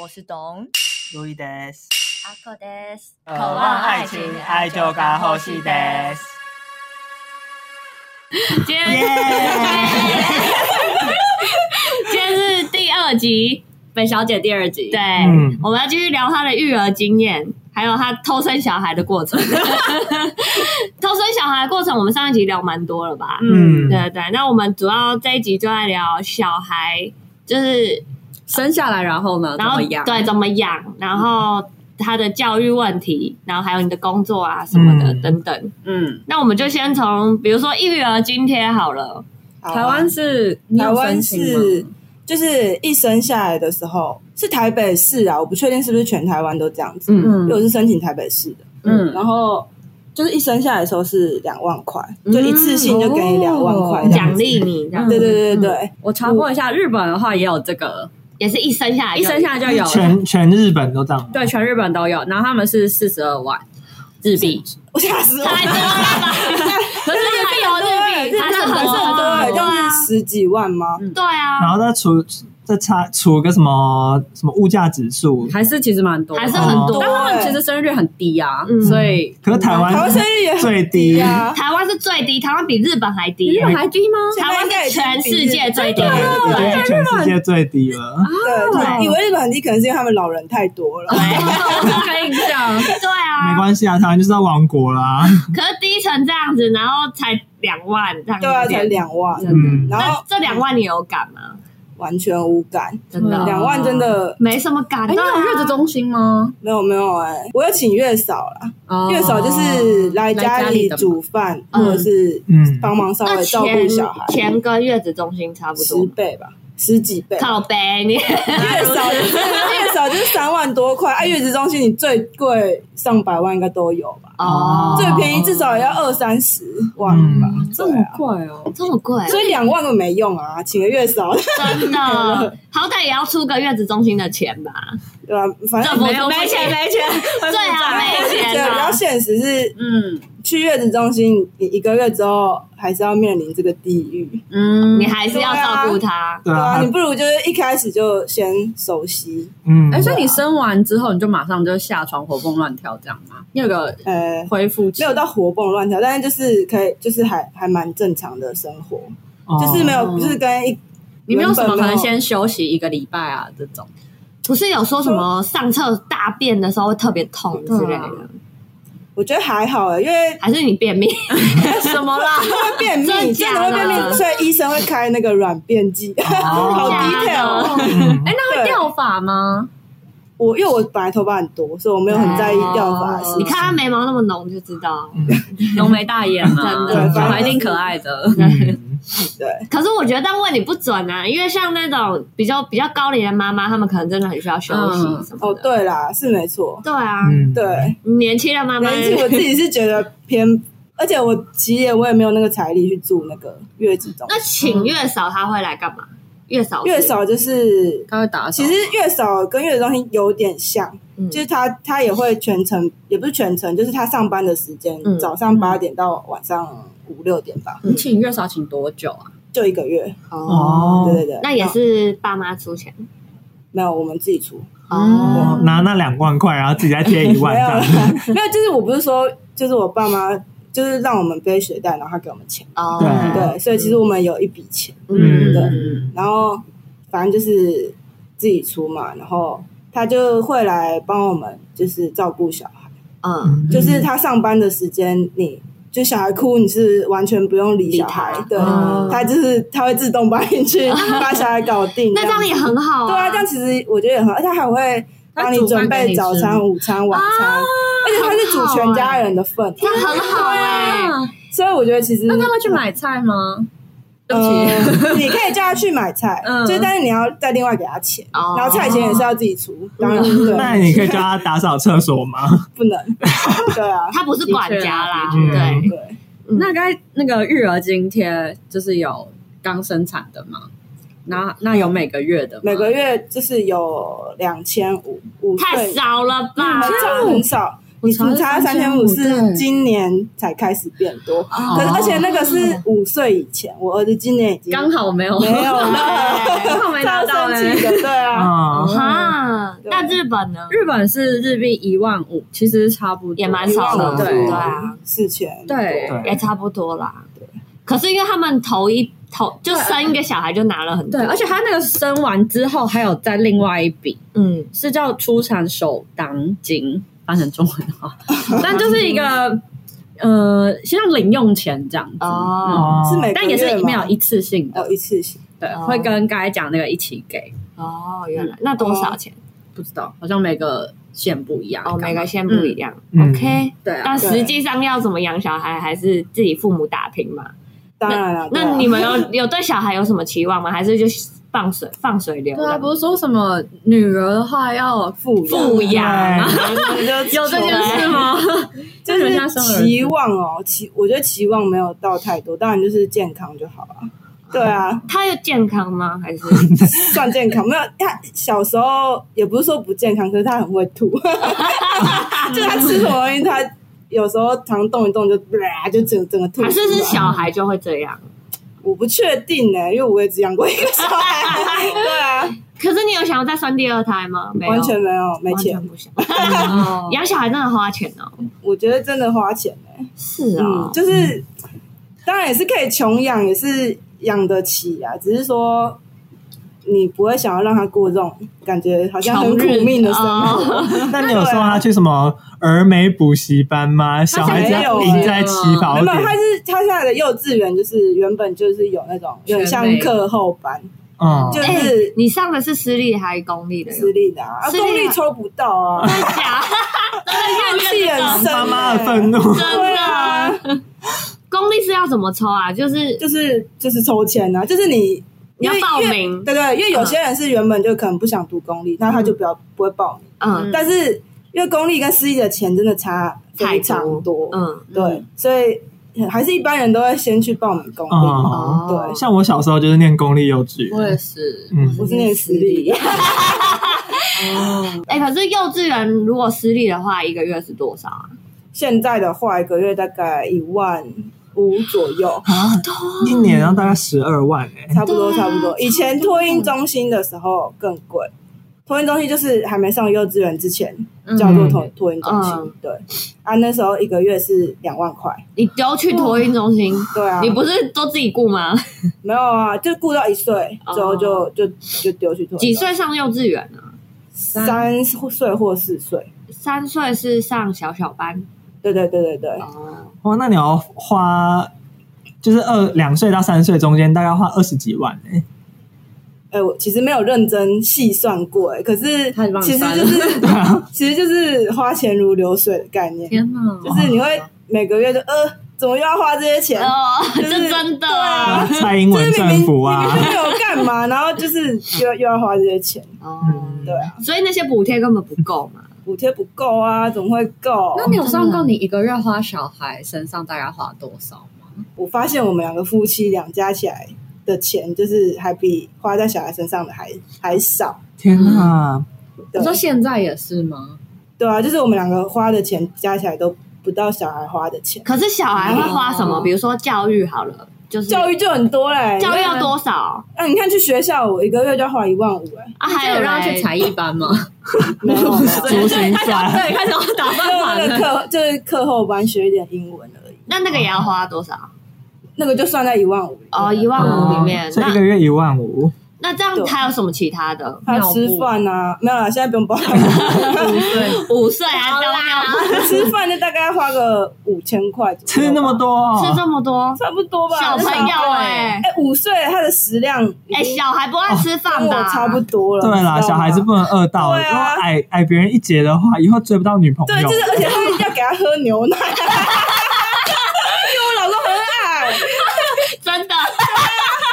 我是董路易德斯，阿克德斯，渴望爱情，爱就该呼吸德。今天 今天是第二集，本小姐第二集，对，嗯我们要继续聊她的育儿经验，还有她偷生小孩的过 程。偷生小孩的过程，我们上一集聊蛮多了吧？嗯对对，那我们主要这一集就在聊小孩，就是生下来然后呢，然后怎么样？对怎么养，然后他的教育问题，然后还有你的工作啊什么的、嗯等等。嗯，那我们就先从比如说啊育儿津贴好了，台湾是台湾是就是一生下来的时候是台北市啊，我不确定是不是全台湾都这样子，嗯因嗯为我是申请台北市的，嗯然后就是一生下来的时候是两万块，嗯就一次性就给你两万块哦这样奖子励你这样对对对对对，嗯我查过一下，日本的话也有这个，也是一生下来一就生下来就有，全全日本都这样吗，对，全日本都有。然后他们是四十二万日币，我吓死我太多了了。吧？可是还有日币，日还是本很还多是很多啊哎，对啊但是十几万吗？对然啊，后再除再差除个什么什么物价指数，还是其实蛮多的，还是很多欸哦但他们其实生育率很低啊嗯，所以可是台台湾湾生育也很最低啊，台湾是最低，台湾比日本还低日耶，本还低吗？现台在湾应是该已经全比世界日最低，哦已经啊是全世界最低了。对，对以为日本很低，可能是因为他们老人太多了。啊可以这样，对啊没，关系啊，台湾就是要亡国啦。可是低成这样子，然后才两万，这样对啊，有点才两万，嗯，然那后这两万你有感吗？完全无感，真的哦嗯两万真的没什么感哎，你到啊。有月子中心吗？没有没有哎，我有请月嫂啦，哦月嫂就是来家里的嘛煮饭，嗯或者是嗯帮忙稍那微照钱顾小孩，钱跟月子中心差不十多。倍吧，十几倍。靠背，你月嫂就是月嫂就是三万多块，哎，月子中心你最贵上百万应该都有吧，哦，嗯最便宜至少也要二三十万吧，这对么啊。贵哦，这么贵，所以两万都没用啊，请个月嫂， 真的，好歹也要出个月子中心的钱吧？对吧？反这正不哎没没没钱没钱，对啊，没觉钱得比较啊。现实是嗯去月子中心，你一个月之后还是要面临这个地狱，嗯你还是要照顾他，对对啊啊，，你不如就是一开始就先熟悉，嗯，哎，所以你生完之后，你就马上就下床活蹦乱跳这样吗？你有个呃，恢复期没有到活蹦乱跳，但是就是可以，就是还还蛮正常的生活，哦就是没有，不是跟一你没有什么原本可没有能先休息一个礼拜啊这 种，不是有说什么上厕大便的时候会特别痛之对类的，我觉得还好欸，因 为还是你便秘？什么啦？会便秘，真的真假的的会便秘，所以医生会开那个软便剂， 好哦，假的 detail 哦。嗯哎，那会掉发吗？我因为我本来头发很多，所以我没有很在意掉发哦的事哦你情。看他眉毛那么浓就知道。浓眉大眼 嘛，真的小孩一定可爱的。嗯对，可是我觉得但问你不准啊，因为像那种比较比较高龄的妈妈，她们可能真的很需要休息嗯什么哦的。对啦，是没错，对啊，嗯，对。年轻的妈嗯妈，但是我自己是觉得偏，而且我其实我也没有那个财力去住那个月子中心那请月嫂她会来干嘛？月嫂是月嫂就是他会打扫其实月嫂跟月子中心有点像，嗯就是她她也会全程，也不是全程，就是她上班的时间，嗯早上八点到晚上五六点吧，你请月嫂请多久啊？就一个月。哦，对对对，那也是爸妈出钱没有我们自己出， 哦哦。拿那两万块，然后自己再贴一万没有这没有，就是我不是说，就是我爸妈就是让我们背学贷，然后他给我们钱，哦，对对，所以其实我们有一笔钱，嗯对嗯然后反正就是自己出嘛，然后他就会来帮我们就是照顾小孩。嗯，样，就是他上班的时间，你就小孩哭，你是完全不用理小孩理他，哦对，嗯他就是他会自动帮你去把小孩搞定。那这样也子很好对啊，这样其实我觉得也很好，而且他还会帮你准备他早煮饭给你餐、午餐、晚餐，而且他是煮全家人的份，啊这样很好嗯哎。所以我觉得其实啊那他会去买菜吗？对不起， 呃，你可以叫他去买菜，嗯就是但是你要再另外给他钱，哦嗯然后菜钱也是要自己出，当然那对，你可以叫他打扫厕所吗？不 能，对啊，她不是管家啦，的确的确对，对。啊嗯那该那个育儿津贴就是有刚生产的吗？那那有每个月的吗？每个月就是有两千五五太岁，少了吧？很少很少。你查只了查三千3500五是对哦今年才开始变多，可是而且那个是五岁以前，我儿子今年已经刚好没有，没有了， 刚好没拿到超哎、生气的，对啊，啊，哈，对那日本呢？日本是日币一万五，其实差不多，也蛮少的对对啊，四千多对对也差不多啦。可是因为他们头一头就生一个小孩就拿了很多，对，而且他那个生完之后还有再另外一笔，嗯，是叫出产首当金，翻成中文的 话，但就是一个呃，像零用钱这样子，嗯哦是每个月吗但也是没有一次性的，哦一次性，对，哦会跟刚才讲那个一起给，哦，原来那多少钱？不知道，好像每个县不一样，哦，干嘛每个县不一样。嗯 OK，对啊，但实际上要怎么养小孩，还是自己父母打拼嘛。当然了，对啊那你们有有对小孩有什么期望吗？还是就放水放水流？对啊，不是说什么女儿的话要富富养哎 啊，有这件事吗？就那你们家生儿是子期望哦，期我觉得期望没有到太多，当然就是健康就好了。对啊，他有健康吗？还 是算健康。没有他小时候也不是说不健康，可是他很会吐， 就他吃什么东西，他有时候常动一动就啪就整整个吐出来。还啊是是小孩就会这样？我不确定呢、因为我也只养过一个小孩。对啊，可是你有想要再生第二胎吗？ 没有，完全没有没完全钱。不想。哦养小孩真的花钱哦。我觉得真的花钱呢、是嗯，啊，就是当然也是可以穷养，也是养得起啊，只是说你不会想要让他过这种感觉好像很穷苦日命的子生活。哦 那你有啊送他去什么儿美补习班吗？小孩子要赢在起跑没点有，他是他现在的幼稚园就是原本就是有那种有点像全美课后班，嗯，就哎是你上的是私立还是公立的？私立的啊，啊私立公立啊抽不到啊，真的假的？真的气越来越很高深欸。妈妈的愤怒，对啊，公立是要怎么抽啊？就是就是就是抽签啊，就是你你要因为报因为名对对，因为有些人是原本就可能不想读公立，那他就不要不会报名。嗯但是因为公立跟私立的钱真的差非常多，嗯对，所以还是一般人都会先去报名公立。哦哦，像我小时候就是念公立幼稚我也园，是，嗯，我是念私 立，哦，哎、可是幼稚园如果私立的话，一个月是多少啊？现在的话一个月大概一万五左右，啊，一年要大概十二万哎，差不多对啊差不多。以前托婴中心的时候更贵，托婴中心就是还没上幼稚园之前叫做托托婴中嗯心，对啊，那时候一个月是两万块，你都去托运中心，对啊，你不是都自己雇吗？没有啊，就顾到一岁之后就就就丢去托哦几婴中岁心上幼稚园呢？三岁或四岁。三岁是上小小班对对对对对，哦，哇，那你要花就是二两岁到三岁中间大概要花二十几万哎，哎、我其实没有认真细算过、哎，可是太浪其实漫就了 是其实就是花钱如流水的概念，天哪，就是你会每个月就呃，怎么又要花这些钱？哦，就是这真的对啊蔡英就是文明明政府明啊明，就没有干嘛，然后就是又又要花这些钱，哦，嗯对啊，所以那些补贴根本不够嘛。补贴不够啊，怎么会够？那你有算过你一个月花小孩身上大概花多少吗？我发现我们两个夫妻俩加起来的钱，就是还比花在小孩身上的还还少。 天哪，对你说现在也是吗？对啊，就是我们两个花的钱加起来都不到小孩花的钱。可是小孩会花什么？哦比如说教育好了，就是教育就啊很多嘞，教育要多少那、你看去学校，我一个月就要花一万五哎、啊？还那有有让他嘞去才艺班吗？没 有，没有竹心算，对，开始要打就那个课就是课后班学一点英文而已，那那个也要花多少？那个就算在一万五哦，一万五里面哦，所以一个那月一万五，那这样啊对还有什么其他的？还有吃饭啊，没有啦，现在不用包了。 五岁还交尿，吃饭就大概花个五千块左右吧，吃那么多 哦，吃这么多，差不多吧？小朋那友啊小哎哎，五岁他的食量已哎，经小孩不爱吃饭跟哦我吧？差不多了，对啦，你知道小吗孩子不能饿到，对如果啊矮矮别人一截的话，以后追不到女朋对，友。就是而且他要给他喝牛奶，因 为我老公很矮，真的，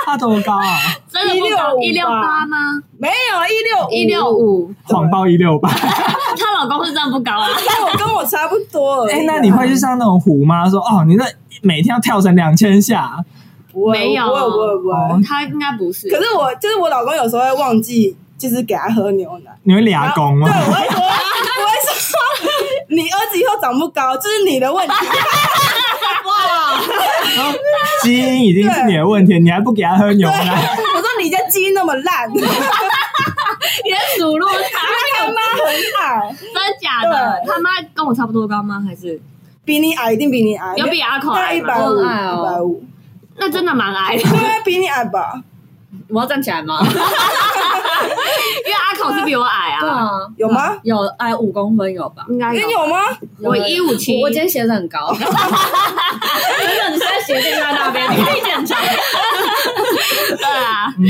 他多高啊？真的不高，一165六八吗？没有一一六六，五，谎报一六八。她老公是真的不高啊。跟哎我跟我差不多而已啊。哎，那你会去上那种湖吗？说哦，你那每天要跳绳两千下，不会没有不会不会不哦会。他应该不是，可是我就是我老公有时候会忘记，就是给他喝牛奶。你会俩拱吗对，？我会 说，我会说，你儿子以后长不高，这是你 的问题。基因已经是你的问题，你还不给他喝牛奶？我说你家基因那么烂，你在数落他妈矮，真的假的？他妈跟我差不多高吗？还是比你矮一定比你矮，有比阿口大概矮一吗？百五，好一矮哦百五，那真的蛮矮的，因对啊，比你矮吧？我要站起来吗？为阿口是比我矮对啊，啊，有吗？有哎五公分有吧？应该你有。有吗？我157我我今天鞋子很高。真的，你现在鞋垫在那边，你可以检查。 对啊，嗯，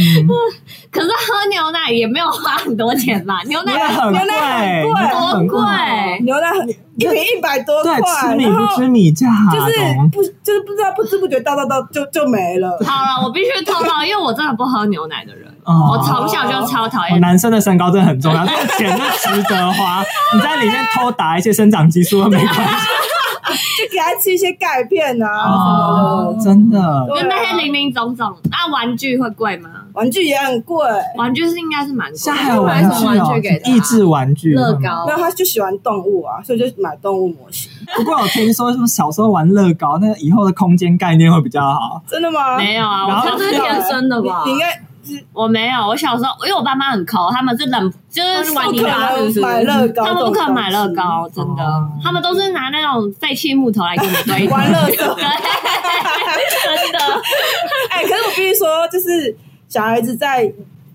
可是喝牛奶也没有花很多钱吧？牛也奶很原来很贵贵，多贵，牛奶很一瓶一百多块，对，吃米然不后知米价，就是懂不就是不知道不知不觉到到到就就没了。好了，我必须透露，因为我真的不喝牛奶的人，哦我从小就超讨哦厌。男生的身高真的很重要，这个钱就值得 花。你在里面偷打一些生长激素都没关系就给他吃一些钙片啊什么哦的。，真的。就那些对啊零零总总，那玩具会贵吗？玩具也很贵，玩具是应该是蛮贵现在的，还有玩具买什么哦玩具给，他益智玩具。乐。高那他就喜欢动物啊，所以就买动物模型。不过我听说，什么小时候玩乐高，那以后的空间概念会比较好。真的吗？没有啊，然我后这是天生的吧你你应该我没有，我小时候因为我爸妈很抠，他们是冷就是他不们泥可玩泥巴巴，能买乐高，他们不肯买乐，高，真的哦，他们都是拿那种废弃木头来给你堆玩乐对， 高。真的， 哎，可是我必须说，就是小孩子在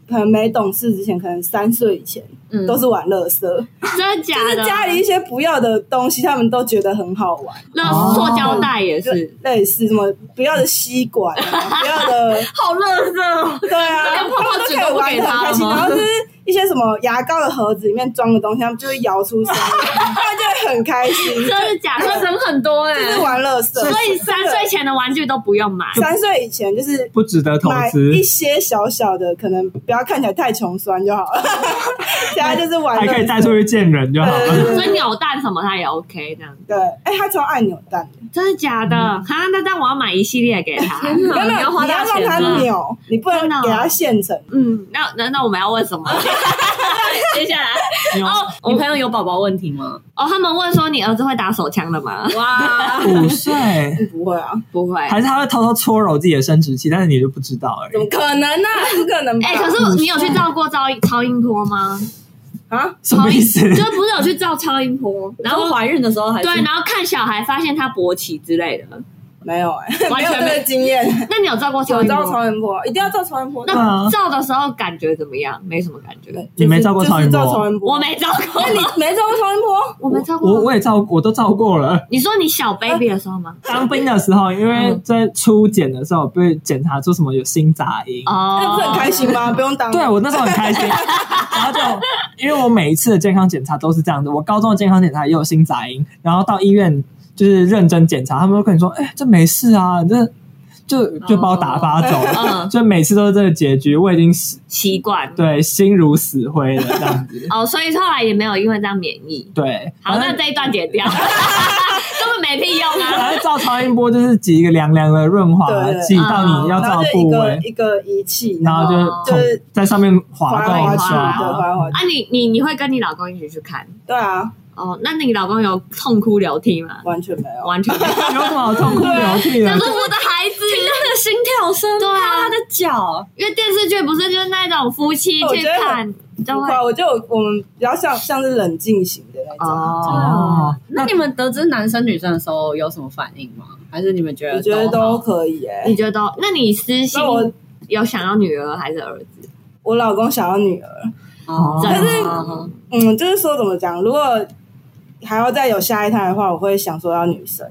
可能没懂事之前，可能三岁以前嗯都是玩乐色，真的假就是的？家里一些不要的东西，他们都觉得很好玩。那塑胶袋也，就是类似什么不要的吸管啊，不要的好乐色，对啊，连泡泡纸都他们不都可以给玩的很他开了心。然吗后？就是一些什么牙膏的盒子里面装的东西，他们就会摇出声音，他们就会很开心，真的假那的？省很多哎就。是玩乐色。所以三岁前的玩具都不用买，三岁以前就是。不值得投买资一，些小小的，可能不要看起来太穷酸就好了。 其他就是玩乐还色，可以带出去见人就好对对了。对所以扭蛋什么他也 OK 这样。对，哎、他超爱扭蛋的，真的假的？哈，那但我要买一系列给他。天哪，没有你要花你大要让钱他啊！扭，你不能真的哦给他现成。嗯，那那那我们要问 什么？接下来有哦，你我朋友有宝宝问题吗？哦，他们问说你儿子会打手枪的吗？哎哇，五岁，嗯不会啊，不会。还是他会偷偷搓揉自己的生殖器，但是你就不知道而怎么已。可能呢、不可能吧？哎、可是你有去照过超音超音波吗？啊，什么意思？就是不是有去照超音波，然然后后怀孕的时候还是对，啊然后看小孩发现他勃起之类的。没有哎、完全没有这没个经验。 那你有照过超有音照波？超音波，一定要照超音波。对那啊照的时候感觉怎么样？没什么感觉。你没照过超音就是就是照波超？音波，我。没照 过，那你没照过超 音波？我没照过。我我也照，我都照过了。 你说你小 baby 的时候吗？当兵的时候，因为在初检的时候被检查出什么有心杂音，哦，呃那不是很开心吗？不用当。对我那时候很开心。 然后就因为我每一次的健康检查都是这样子，我高中的健康检查也有心杂音，然后到医院就是认真检查，他们都跟你说：“哎、这没事啊，你这就就把我打发走了。 嗯，所以每次都是这个结局，我已经死习惯。对心如死灰了这样子。哦，所以后来也没有因为这样免疫。对， 好，反那正这一段剪掉，根本没屁用啊！ 反正照超音波就是挤一个凉凉的润滑对嗯剂到你要然照后就部一位个，一个仪器，然后就哦从就是在上面滑滑动来滑一去，啊对，滑下，来滑去。啊，你你你会跟你老公一起去看对啊，哦？那你老公有痛哭流涕吗？完全没有。完全没有，有什么好痛哭流涕 的想？说我的孩子，他的心跳声，对啊看他的脚，因为电视剧不是就是那种夫妻我去觉得看就不会会，我觉得我们比较像像是冷静型的那种。哦，哦，那你们得知男生女生的时候有什么反应吗？还是你们觉得我觉得都都好可以哎你。觉得都？那你私心那我有想要女儿还是儿子？我老公想要女儿，哦可真的是吗嗯，就是说怎么讲，如果还要再有下一胎的话，我会想说要女生。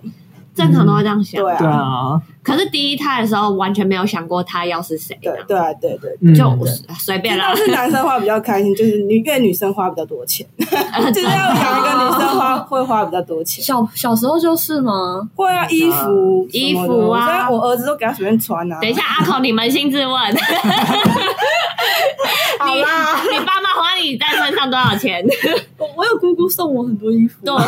正常都会这样想，对啊对啊，可是第一胎的时候完全没有想过他要是谁，对对啊，对对。嗯，就随便啦但。是男生花比较开心，就是女因为女生花比较多 钱，就是要养一个女生花会花比较多 钱，小小时候就是吗？会啊衣服什么的衣服啊所以我儿子都给他随便穿啊。等一下，阿口，你扪心自问， 好啦，你爸妈花你在身上多少钱？我我有姑姑送我很多衣服对，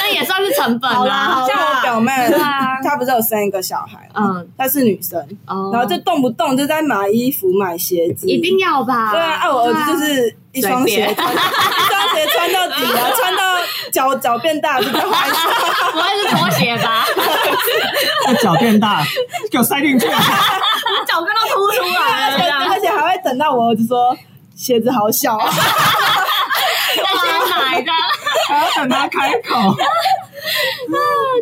那也算是成本啊好啦，啦。像我表妹，对啊，她不是有生一个小孩，嗯，她是女生，哦，然后就动不动就在买衣服、买鞋子，一定要吧？对啊，啊我儿子就是一双鞋，随便 一双鞋穿到底啊，穿到脚脚变大就再换一双。不会是拖鞋 吧？那脚变 大，给我塞进去，脚跟都凸出来了，这样而且还会等到我儿子说鞋子好小啊，再去哦，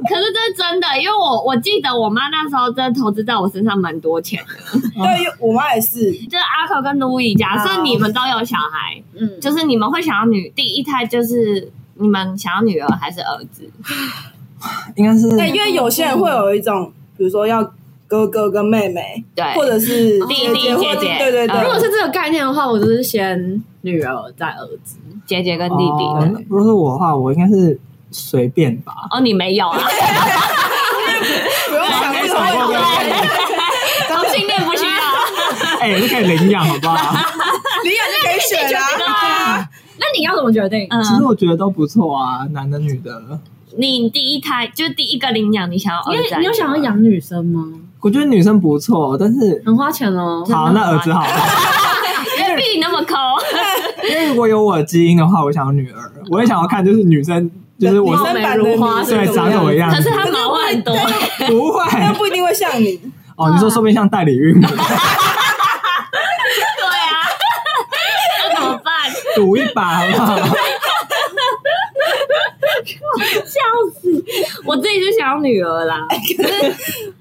可是这是真的，因为我我记得我妈那时候真的投资在我身上蛮多钱的，对，因为我妈也是，就是阿可跟路易，假啊设你们都有小孩，嗯，就是你们会想要女第一胎，就是你们想要女儿还是儿子？ 应该是但因为有些人会有一种，比如说要哥哥跟妹妹，对，或者是弟姐弟姐，或者姐姐对对嗯对，如果是这个概念的话，我就是先女儿再儿子，姐姐跟弟弟。哦那如果是我的话，我应该是随便吧。哦，你没有啊？不用啊想这个问题，同性恋不需要。哎、这可以领养，好不好？ 领养就可以选啊啦。那你要怎么决定？其实嗯，我觉得都不错啊，男的女的。你第一胎就第一个领养，你想要儿因子为还是女儿？你有想要养女生吗？我觉得女生不错，但是很花钱哦。好，那儿子好了，因为你那么抠，因为如果有我的基因的话，我想要女儿，我也想要看，就是女生，就是我女是生版貌美啊的如花女生对怎长么什样么样可是他毛会很多。啊 不会 但不一定会像你，哦。你说说不定像代理孕母，对啊， 那怎么办？赌一把好不好？笑死！我自己是想要女儿啦，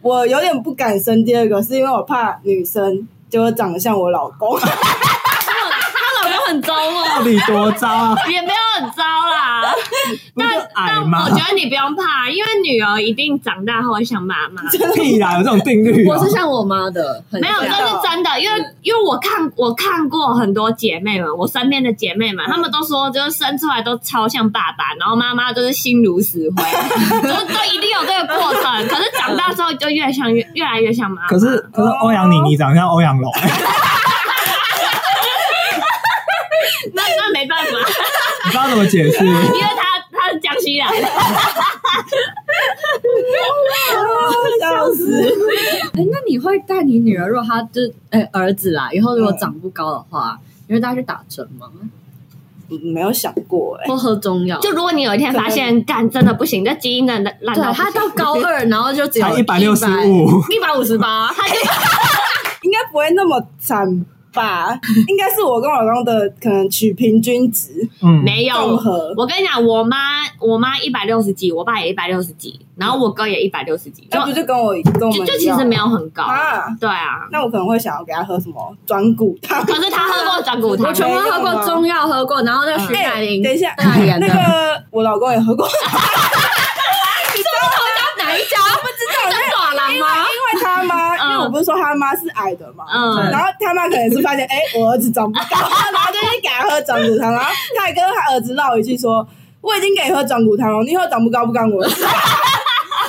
我有点不敢生第二个，是因为我怕女生就会长得像我老公。她老公很糟哦，到底多糟啊？ 也没有很糟啦。不就矮但吗我？觉得你不用怕，因为女儿一定长大后会像妈妈。屁啦，有这种定律、我哦？是像我妈的，很没有，这像是真的，因为因为我看我看过很多姐妹们，我身边的姐妹们，她们都说就是生出来都超像爸爸，然后妈妈都是心如死灰， 就是都一定有这个过程。可是长大之后就越像越越来越像妈妈。可是可是欧阳妮妮长得像欧阳龙、 那那没 办法，你知道怎么解释？因为她她是江西来的，笑死！哎、那你会带你女儿，如果她就是哎、儿子啦，以后如果长不高的话，你会带她去打针吗？没有想过哎、或喝中药？就如果你有一天发现，干真的不行，这基因真的烂对到，她到高二，然后就只有才165一百五十八，她就应该不会那么惨 吧？应该是我跟我老公的可能取平均值，嗯，没有综合我跟你讲，我妈我妈一百六十几，我爸也一百六十几，然后我哥也一百六十几，就那不就跟我跟我就们就一其样实没有很高。啊？对啊，那我可能会想要给他喝什么转骨 汤。可是他喝过转骨汤我，全部喝过中药，喝过，然后那个徐乃麟、哎等一下，代言那的、啊个我老公也喝过，哪一 家？不知道是耍狼因为吗？因为他妈，因为我不是说他妈是矮的嘛，嗯然后他妈可能是发现，哎、我儿子长不高，然后就去给他喝转骨汤，然后他还跟他儿子绕一句说。我已经给你喝转骨汤了，你以后长不高不干我的事。啊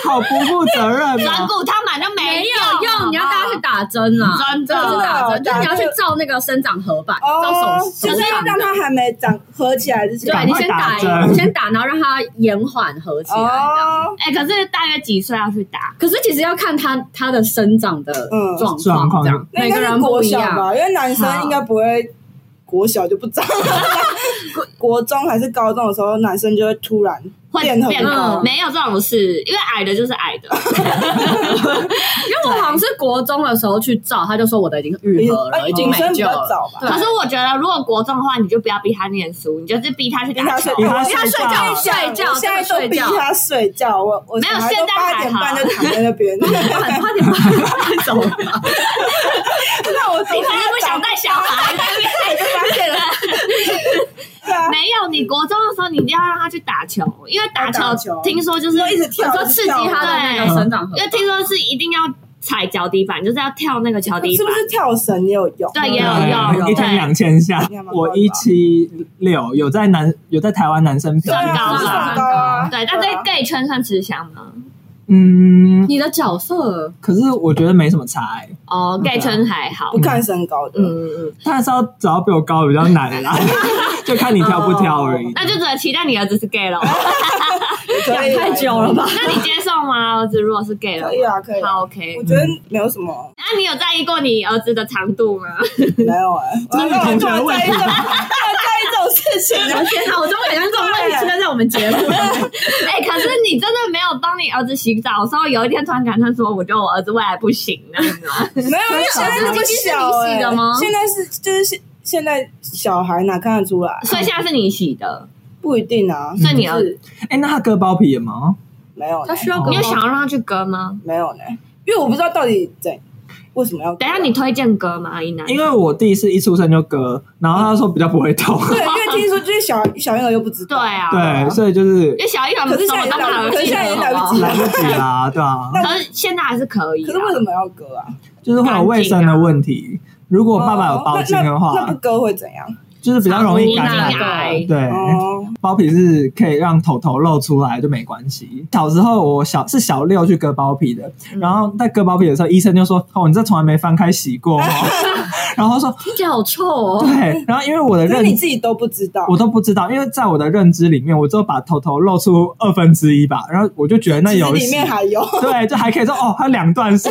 好不负责任转啊！骨汤反正没有有用，你哎要带她 去打，打针啊！真真的的。打针，就是你要去照那个生长合板，照哦手，就手是掌让他还没长合起来之前，对你先赶快打打，针你先打，然后让它延缓合起来。这样哦，哎，可是大约几岁要去打？可是其实要看它它的生长的嗯状状况况，这样那每应个该是人国不一小样。吧，因为男生应该不会国小就不 长了，国中还是高中的时候，男生就会突然会变很变高嗯高。没有这种事，因为矮的就是矮 的，因为我好像是国中的时候去照，他就说我的已经愈合哎了，已经女没生比救较了。早吧，对可是我觉得，如果国中的话，你就不要逼他念书，你就是逼他去逼打他球睡，。比他我睡睡觉觉睡觉，我现真在的都睡逼觉。他睡觉，我我没有小孩现都在八还点半好就躺在 那边，快点快点快点走 吧！那我你反正不想带小 孩，太就发现了，对啊，没有，你国中的时候你一定要让他去打球，因为打打球球听说就是就一直跳，说一直刺激跳他的那对个生长合因为听说是一定要踩脚底板， 就是要跳那个脚底 是板不。是跳绳也有用？对也有对用一天两千下对，我一七六，有在男有在台湾男生比对啊，算是高吧长高啊，对，但在啊 gay 圈算吃香吗？嗯，你的角色可是我觉得没什么差、欸，哦对啊，gay 圈还好不。看身高的，嗯，嗯嗯但还是要找到比我高的比较难啦，就看你挑不挑而已。那就只能期待你儿子是 gay 了。可以啊太久了吧？那你接受吗？儿子如果是 gay 了可，以啊，可以啊。好我 OK。觉得没有什么，那你有在意过你儿子的长度吗？没有哎，我这是我同学的我问在题意这种，我在意这种事情 啊我天哪！我终于想象这种问题出现在我们节目。 哎，可是你真的没有帮你儿子洗澡，所以有一天突然感叹说，我觉得我儿子未来不行了。没有，因为现在这么小这个是你洗哎的吗，现在是就是现现在小孩哪看得出来？所以现在是你洗的，不一定啊，所以你要就是哎、那他割包皮了吗？没有呢他需要你有想要让他去割吗？没有呢？因为我不知道到底怎为什么要割等啊一下你推荐割吗？一男，因为我弟是一出生就割，然后他说比较不会痛，对，因为听说就是小小婴儿又不知对道，啊，对，所以就是因为小一他可们是什么现都在也来来不不，可是及现在也来了，好不不及好来不及啦，对啊，那可是现在还是可以啊。可是为什么要割啊？就是会有卫生的问题。如果爸爸有包茎的哦那那话不，割会怎样？就是比较容易肠感胃染。癌对，哦，包皮是可以让头头露出来就没关系。小时候我小是小六去割包皮的，嗯然后在割包皮的时候，医生就说：“哦，你这从来没翻开 洗过、哦。”然后说听起来好臭：“哦，对。”然后因为我的那认你自己都不知道，我都不知道，因为在我的认知里面，我只有把头头露出二分之一吧，然后我就觉得那其实有里戏面还有。 对，就还可以说哦，还有两段式。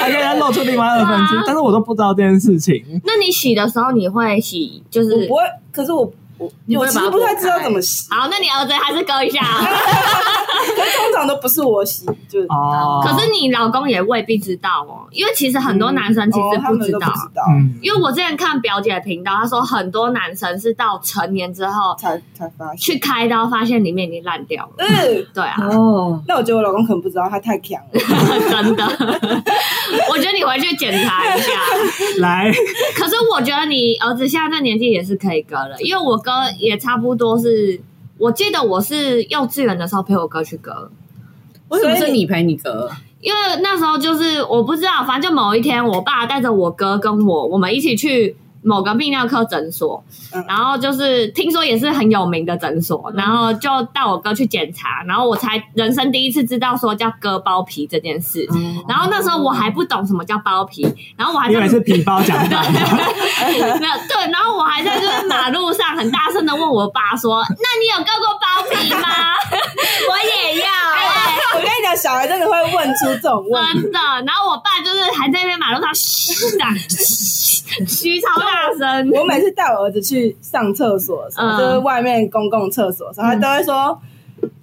还可以再露出另外二分之一，啊但是我都不知道这件事情。那你洗的时候你会洗，就我是不会，可是我我你不我会其把它实不太知道剥怎么洗，好，那你儿子还是割一下啊。 可是通常都不是我洗，就是哦，可是你老公也未必知道哦，因为其实很多男生其哦实他们知都道。不知道，嗯，因为我之前看表姐的频道，她说很多男生是到成年之后才才发现。去开刀，发现里面已经烂掉了。嗯，对啊，哦，那我觉得我老公可能不知道，他太强了。 真的，我觉得你回去检查一下。来，可是我觉得你儿子现在这年纪也是可以割了，因为我哥也差不多是，我记得我是幼稚园的时候陪我哥去割，为什么所是以你陪你哥？因为那时候就是我不知道，反正就某一天，我爸带着我哥跟我，我们一起去某个泌尿科诊所，嗯然后就是听说也是很有名的诊嗯所，然后就带我哥去检查，然后我才人生第一次知道说叫割包皮这件事。然后那时候我还不懂什么叫包皮，然后我还因在嗯为是皮包奖 版的，没有对，然后我还在就是马路上很大声的问我爸说：“那你有割过包皮吗？” 我也要。我跟你讲，小孩真的会问出这种问题。真的。然后我爸就是还在那边马路上嘘的，嘘嘘超大声。我每次带我儿子去上厕所的时嗯候，就是外面公共厕所的时候，他都会说：“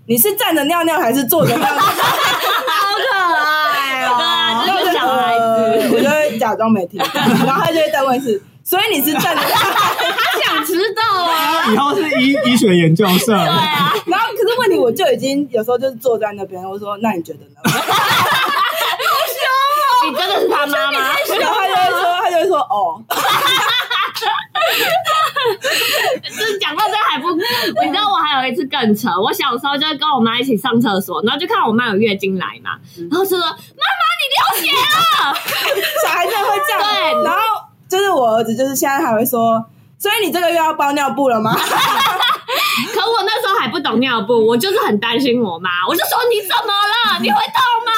你是站着尿尿还是坐着尿尿 对啊，？”然后就我是就小孩子，呃我就会假装没听到，然后他就会再问一次。所以你是站着，他想知道啊。以后是医医学研究社。对啊， 然后可是问题我就已经有时候就是坐在那边，我说那你觉得呢？你真的是他妈妈。 然后他就会说，他就会说哦，就是讲到这还不，你知道我还有一次更扯，我小时候就跟我妈一起上厕所，然后就看我妈有月经来嘛，然后就说妈妈你流血了，小孩子会这样。对然后就是我儿子，就是现在还会说，所以你这个又要包尿布了吗？可我那时候还不懂尿布，我就是很担心我妈，我就说你怎么了？你会痛吗？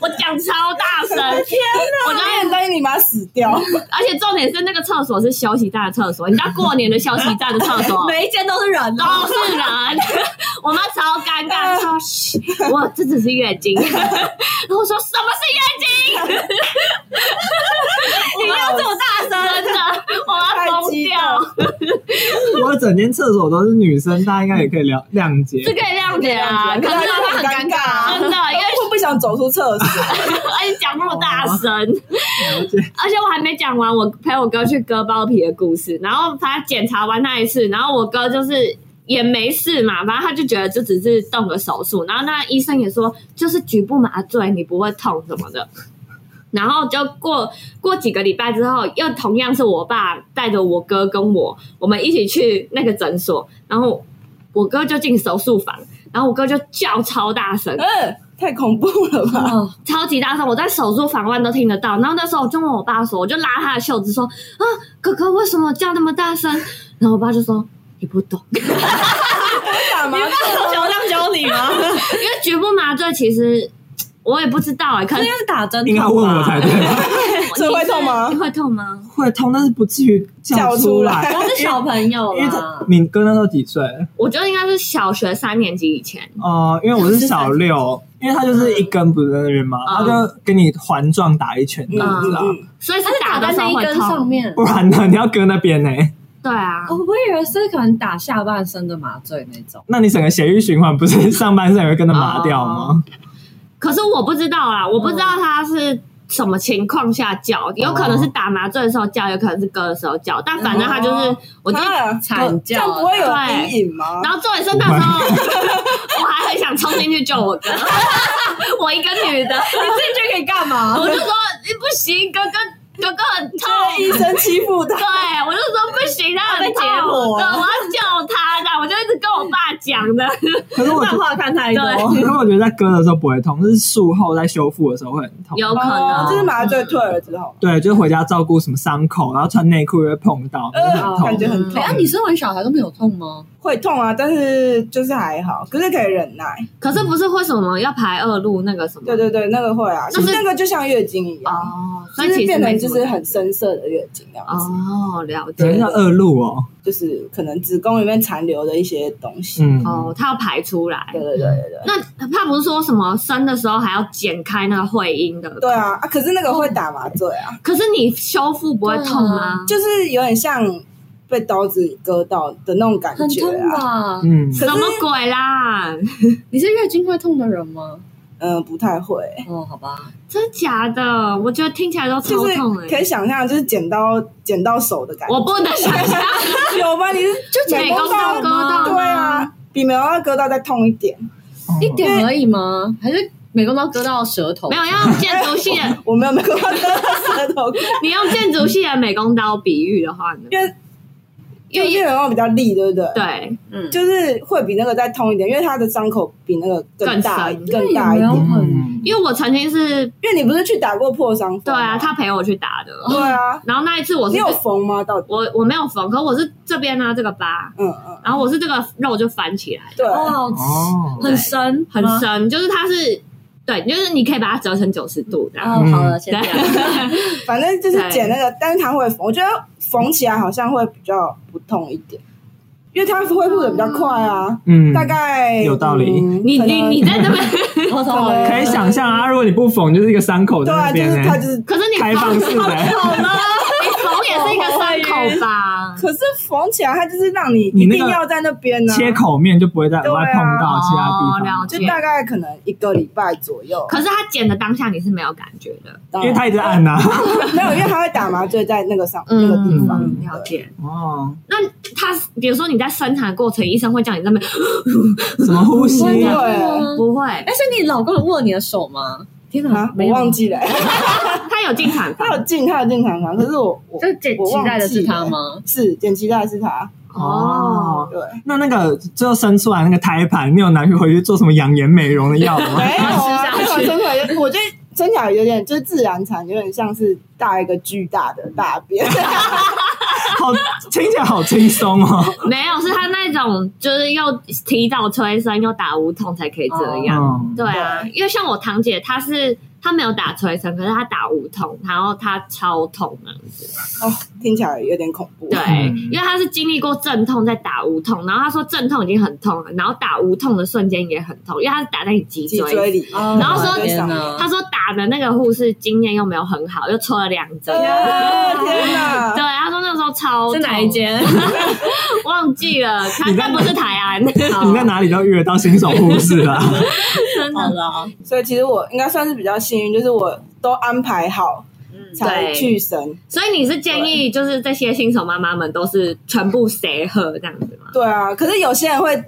我讲超大声，天哪！我我就有点担心你妈死掉。而且重点是那个厕所是休息站的厕所，你知道过年的休息站的厕所每一间都是人哦都是人， 我妈超尴尬，说嘘：“我这只是月经。” 然后我说：“什么是 月经？”你要这么大声，真的，我太要疯激掉。动我整间厕所都是女生，大家应该也可以了谅这解。可以谅解啊，可可是是妈他就妈很很尴尴尬尬，啊真的，因为会不想走出厕 而且所，哎讲那么大声，而且我还没讲完我陪我哥去割包皮的故事。然后他检查完那一次，然后我哥就是也没事嘛，反正他就觉得就只是动个手术。然后那医生也说就是局部麻醉，你不会痛什么的。然后就过过几个礼拜之后，又同样是我爸带着我哥跟我，我们一起去那个诊所，然后我哥就进手术房，然后我哥就叫超大声，嗯，太恐怖了吧？哦，超级大声，我在手术房外都听得到。然后那时候我就问我爸说，我就拉他的袖子说：“啊，哥哥为什么叫那么大声？”然后我爸就说：“你不懂，因干嘛？想让教你吗？ 为局部麻醉其实我也不知道哎、可能应该是打针筒吧，啊应该问我才对，啊所以会痛吗会痛吗？会痛，但是不至于叫出来。我是小朋友啊因为啦这。你哥那时候几岁？我觉得应该是小学三年级以前。哦，因为我是小六，因为他就是一根不是在那边嘛，他嗯就给你环状打一圈这样嗯子啊，嗯，所以是他是打打的在时那候一会根上痛，面不。然呢你要割那边呢？对啊，哦，我以为是可能打下半身的麻醉那种。那你整个血液循环不 哦是上半身也会跟着麻掉吗？啊可是我不知道啦，我不知道他是什么情况下叫，有可能是打麻醉的时候叫，有可能是割的时候叫，但反正他就是，我就啊惨这样叫不会有阴影吗然？后重点是那时候，我还很想冲进去救我哥，我一个女的，这可以干嘛？我就说欸不行，哥哥哥哥很痛，这医生欺负他对，我就说不行，他很痛，他被结对，我果了要救他的，我就一直跟我爸讲的，可是我觉漫得，画看太多，对可是我觉得在割的时候不会痛，是术后在修复的时候会很痛。有可哦能就是麻醉退了之后，对，就是回家照顾什么伤口，然后穿内裤又会碰到，就呃是很感痛。觉很痛哎，，啊你生完小孩都没有痛吗？会痛啊，但是就是还好，可是可以忍耐。可是不是为什么要排二路那个什么？对对对，那个会啊，那是那个就像月经一样，哦，所就以是其实变没成什就么是很深色的月经那样子，哦，了有人解叫恶露哦，就是可能子宫里面残留的一些东西。嗯，哦，他要排出来对。对对对对。那他不是说什么生的时候还要剪开那个会阴的？对啊，啊，可是那个会打麻醉啊，可是你修复不会痛吗？就是有点像被刀子割到的那种感很觉痛啊。吧？嗯，什可么是，鬼啦？你是月经会痛的人吗？嗯、不太会，哦，好吧，真假的？我觉得听起来都超就是痛哎、可以想象，就是剪刀剪到手的感觉。我不能想象有吧？你是就美工刀割到对吗？啊，比美容刀割到再痛一点。一点而已吗？还是美工刀割到舌头？没有，要用建筑系 的，我没有美工刀割到舌头，你用建筑系的美工刀比喻的话呢？因为因因为为美容刀比较利，对不对？。对，嗯，就是会比那个再痛一点，因为它的伤口比那个更大更深更大一对有没有点。嗯，因为我曾经是因为你不是去打过破伤风？对啊，。他陪我去打的，对啊，然后那一次我你是有缝吗？到底？我我没有缝，可我是这边啊呢、这个疤，嗯嗯，然后我是这个肉就翻起来，对。啊哦，好吃哦，很深，很嗯吗。深，就是它是对，就是你可以把它折成九十度这样。哦，好了，现在反正就是剪那个，但是它会缝，我觉得缝起来好像会比较不痛一点，因为它恢复的比较快啊，嗯，大概有道理嗯你可你能你在这边， 我头好了可以想象啊，如果你不缝，就是一个伤口在对啊，那就边是它就呢，是，可是你开放缝 式的，你缝也是一个伤口吧？可是缝起来它就是让你你一那个定要在那边呢，啊切口面就不会在额外碰到其他地哦，方，了就解。大概可能一个礼拜左右，可是它剪的当下你是没有感觉的，当因然为它一直按啊呐。没有，因为它会打麻醉在那个上那个地方嗯，，了解。哦，那它比如说你在生产的过程，医生会叫你这么什么呼吸？对啊？对。不会，但是哎你老公有握你的手吗？天哪啊，，我忘，记了， 他有进产它房 有进，它有进产房，可是我我就剪我脐忘带的是记他了？吗？是剪脐带是他，哦。对，那那个最后生出来那个胎盘，你有拿去回去做什么养颜美容的药吗？ 没有啊，吃没下有去真的有，我觉得真假有点就是自然产，有点像是大一个巨大的大便，好，听起来好轻松哦。没有，是他那种就是又提早催生又打无痛才可以这样。嗯，对啊，因为像我堂姐，她是她没有打催生，可是她打无痛，然后她超痛啊。哦，听起来有点恐怖。对，嗯因为她是经历过阵痛再打无痛，然后她说阵痛已经很痛了，然后打无痛的瞬间也很痛，因为她是打在你脊脊椎。椎里，然后说天天哪，哪她，说打的那个护士经验又没有很好，又戳了两针。啊哦天对，哪！她说那时候超是痛哪一？间？忘记了，她你在但不是台安，真你在哪里都遇得到新手护士啊了。好的。了，所以其实我应该算是比较幸运，就是我都安排好嗯才去生。所以你是建议就是这些新手妈妈们都是全部谁喝这样子吗？对啊，可是有些人会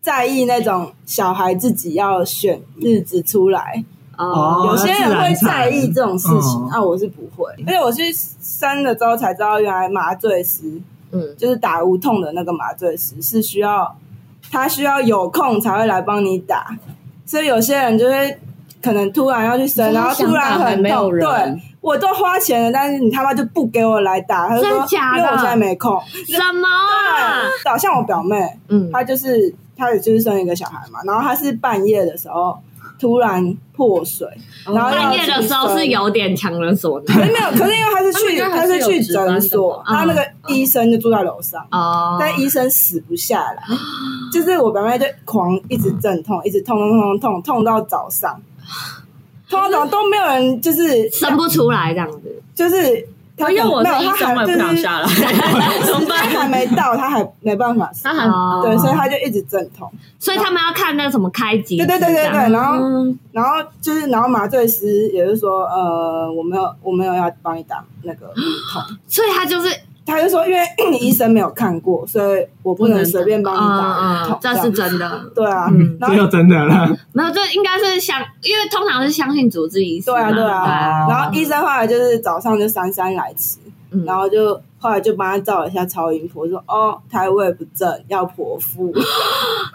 在意那种小孩自己要选日子出来，哦有些人会在意这种事情嗯，啊，我是不会。而且我去生了之后才知道，原来麻醉师嗯，就是打无痛的那个麻醉师是需要他需要有空才会来帮你打，所以有些人就会可能突然要去生，你说然后突然想打还很没有痛，人对我都花钱了，但是你他妈就不给我来打，他就真说的假的因为我现在没空。什么啊？对，像我表妹，嗯，她就是她也就是生一个小孩嘛，然后她是半夜的时候突然破水，哦然后要半夜的时候去是生有点强人所可难 是没有，可是因为她是去他们应该她还是是有去值班的吧诊所，嗯她那个医生就住在楼上。哦。但医生死不下来，就是我表妹就狂一直阵痛，一直痛痛痛痛痛痛到早上，痛到早上都没有人，就是生不出来这样子，就是他哦 因为我没有是医生，我他还也不想就是下来， 怎么他还办？没到，他还没办法吃。他很哦对，所以他就一直阵痛。所以他们要看那什么开机，对对对对这样对，然后嗯然后就是，然后麻醉师也是说，呃，我没有我没有要帮你打那个痛，所以他就是他就说，因为你医生没有看过，所以我不能随便帮你打嗯痛嗯，，这是样真的，对啊嗯，，然这后就真的了。没有，这应该是相，因为通常是相信主治医师对嘛，啊对啊，啊然后医生后来就是早上就姗姗来迟，嗯然后就后来就帮他照了一下超音波，说哦胎位不正，要剖 腹，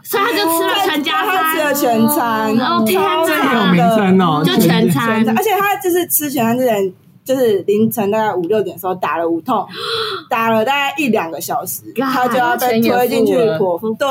所以他就吃了全家他餐，吃了全餐，哦天超哪有惨名的称哦，就全餐啊全餐，而且他就是吃全餐之前，就是凌晨大概五六点的时候打了无 痛，打了大概一两个小时， God，他就要被推进去钱也付剖腹，对，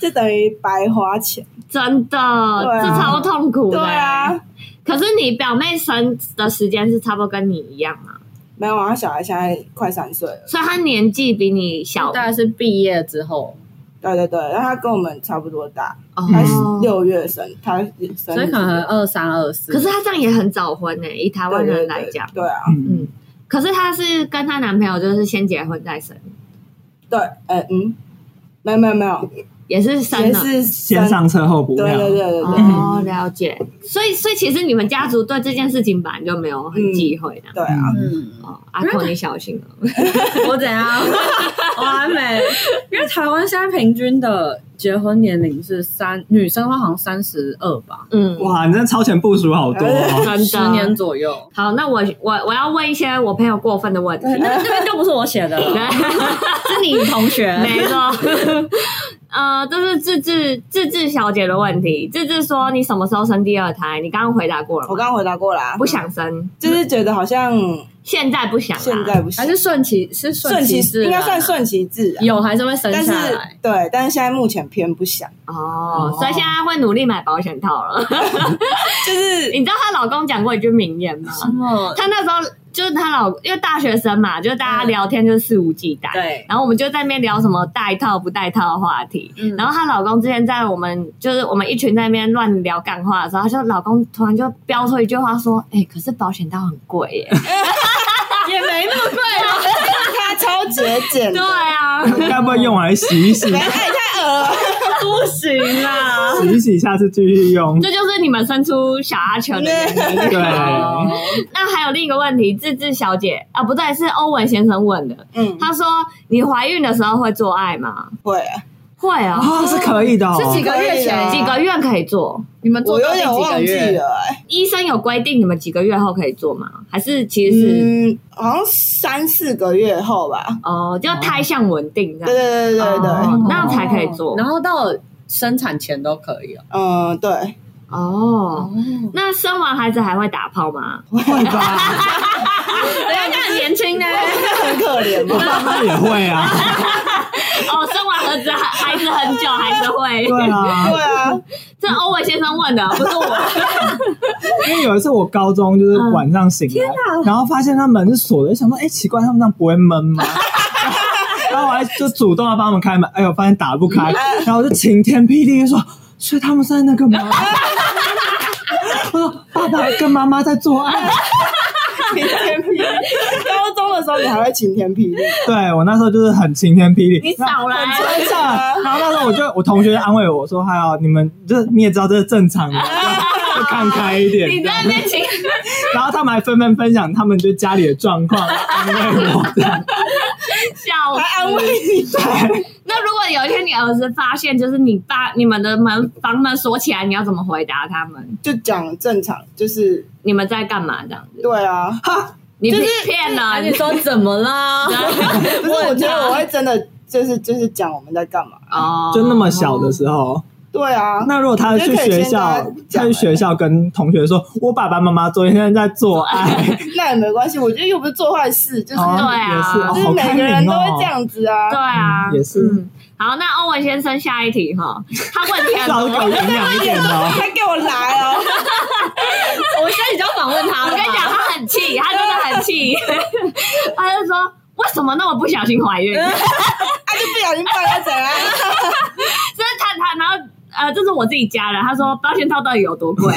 就等于白花钱。真的，对啊这超痛苦对的。啊，可是你表妹生的时间是差不多跟你一样嘛，没有啊，他小孩现在快三岁了，所以她年纪比你小大概是毕业之后，对对对，然后他跟我们差不多大，他哦。六月生，他生所以可能二三二四。可是她这样也很早婚呢、欸以台湾对人对来对讲，，对啊，嗯，嗯。可是她是跟她男朋友就是先结婚再生，对，呃嗯，没有没有没有，也是生也了。是先生，上车后补对料，对对对对哦，了解。所以，所以其实你们家族对这件事情本来就没有很忌讳的。对啊，嗯，哦，阿寇，你小心了。我怎样？ 我还没，因为台湾现在平均的结婚年龄是三，女生的话好像三十二吧，嗯，哇，你真的超前部署好多哦，真十年的。左右。好，那我我我要问一些我朋友过分的问题。那那边就不是我写的 了，是你同学。没错。 呃，这是智智智智小姐的问题。智智说：“你什么时候生第二胎？”你刚刚回答过了我吗？刚刚回答过啦，不想生，就是觉得好像现在不想啊啦。现在不行还。是顺其是顺顺其其自应然啊该算顺其自然，有还是会生但下是来。对，但是现在目前偏 不想，哦，所以现在会努力买保险套了。就 是你知道她老公讲过一句名言吗？ 哦，她那时候就是她老，因为大学生嘛，就是大家聊天就是肆无忌惮。对然后我们就在那边聊什么带套不带套的话题。嗯然后她老公之前在我们就是我们一群在那边乱聊干话的时候，她就老公突然就飙出一句话说：“哎、可是保险套很贵 耶。也没那么贵啊。他超节俭”对的，啊，该不会用来洗一洗没， 太太恶了，不行啦。洗一洗，下次继续用？这就是你们生出小阿球的原因。对，那还有另一个问题，智智小姐啊，不对，是欧文先生问的。嗯，他说：“你怀孕的时候会做爱吗会，？”会啊、啊，是可以的哦，是几个月前？几个月可以做。你们做啊我到有第点几忘个记月？了，哎医生有规定你们几个月后可以做吗？还是其实是、嗯，好像三四个月后吧，哦，就胎象稳定这对样，对对对对，哦那样才可以做然后到生产前都可以哦。嗯，对， 哦。那生完孩子还会打炮吗？会吧？人家很年轻呢，很可怜我嘛，爸妈也 会啊，哦，生完儿子孩子很久还是会。对啊，对啊，这欧文先生问的，不是 我。因为有一次我高中就是晚上嗯醒来，然后发现他门是锁的，就想说，哎、奇怪，他们那样不会 闷吗？然后我还就主动要帮他们开门，哎呦，发现打不开，嗯然后我就晴天霹雳地说，所以他们是在那个吗？我说爸爸跟妈妈在做爱，晴天霹雳，高中的时候你还会晴天霹雳，对我那时候就是很晴天霹雳，你少来很正常啊，然后那时候我就我同学就安慰我说：“还好你们这你也知道这是正常的，就就看开一点。你在那边请。 然后他们还纷纷分享他们就家里的状况，来安慰我。笑死还安慰你，那如果有一天你儿子发现，就是你爸你们的门房门锁起来，你要怎么回答他们？就讲正常，就是你们在干嘛这样子？对啊， 你就是骗了，啊你说怎么啦？就是我觉得我会真的就是就是讲我们在干嘛。 哦，就那么小的时候，对啊，那如果他哦去学校我觉得可以先跟他，他讲去学校跟同学说：“我爸爸妈妈昨天在做爱。那也没关系，我觉得又不是做坏事，就”是、哦，啊也是，哦就是好每开个人明都会哦这。样子啊。对啊，嗯也是嗯好，那欧文先生下一题哈，他问 题很稍微多。有营养一点的哦。还给我来哦！我现在就要访问他我了。跟你讲，他很气，他真的很气， 他就说为什么那么不小心怀孕？就是啊，就不小心爆到怎样？ 他他然后呃，这是我自己加的，他说保险套到底有多贵？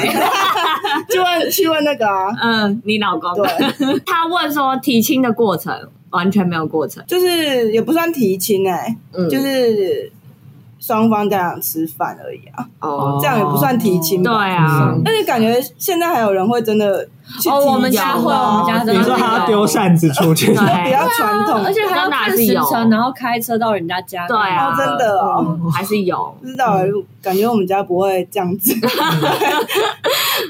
就问去问那个啊，嗯，你老公对，他问说提亲的过程完全没有过程，就是也不算提亲哎、嗯，就是双方家长吃饭而已啊，哦，这样也不算提亲对吧？啊，但是感觉现在还有人会真的去哦我们提亲家会啊我们家真哦你的啊说他要丢扇子出去，比对较传统，而且还要看时真的是有辰，然后开车到人家家。对啊哦，真的嗯哦，还是有。不知道欸，感觉我们家不会这 样子。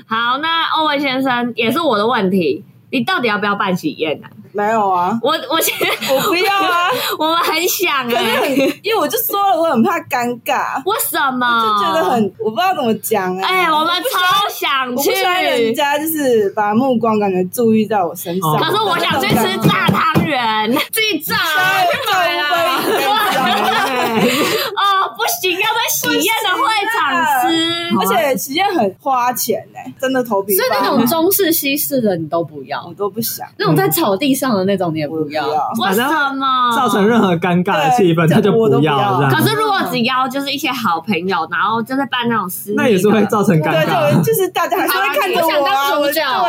好，那欧文先生也是我的问题，你到底要不要办喜宴呢、没有啊，我我现我不要啊， 我们很想可是哎、很，因为我就说了，我很怕尴尬，为什么？就觉得很，我不知道怎么讲啊哎、哎。我们超想我不去，喜欢人可家就是把目光感觉注意在我身上。哦是我想去吃大汤 圆，自己找哎哦，我不会这样子哦不行，要在喜宴的会场吃。而且实验很花钱哎、真的头皮所以那发麻种中式、西式的你都不要啊我，都不想，那种在草地上的那种你也我都不不要。要。为什么？ 造成任何尴尬的气氛，他就我都不要要这可样，是如果只邀就是一些好朋友，然后就是办那种私密的，那也是会造成尴对，尬就。就是大家还是会看着我我啊，我想当主角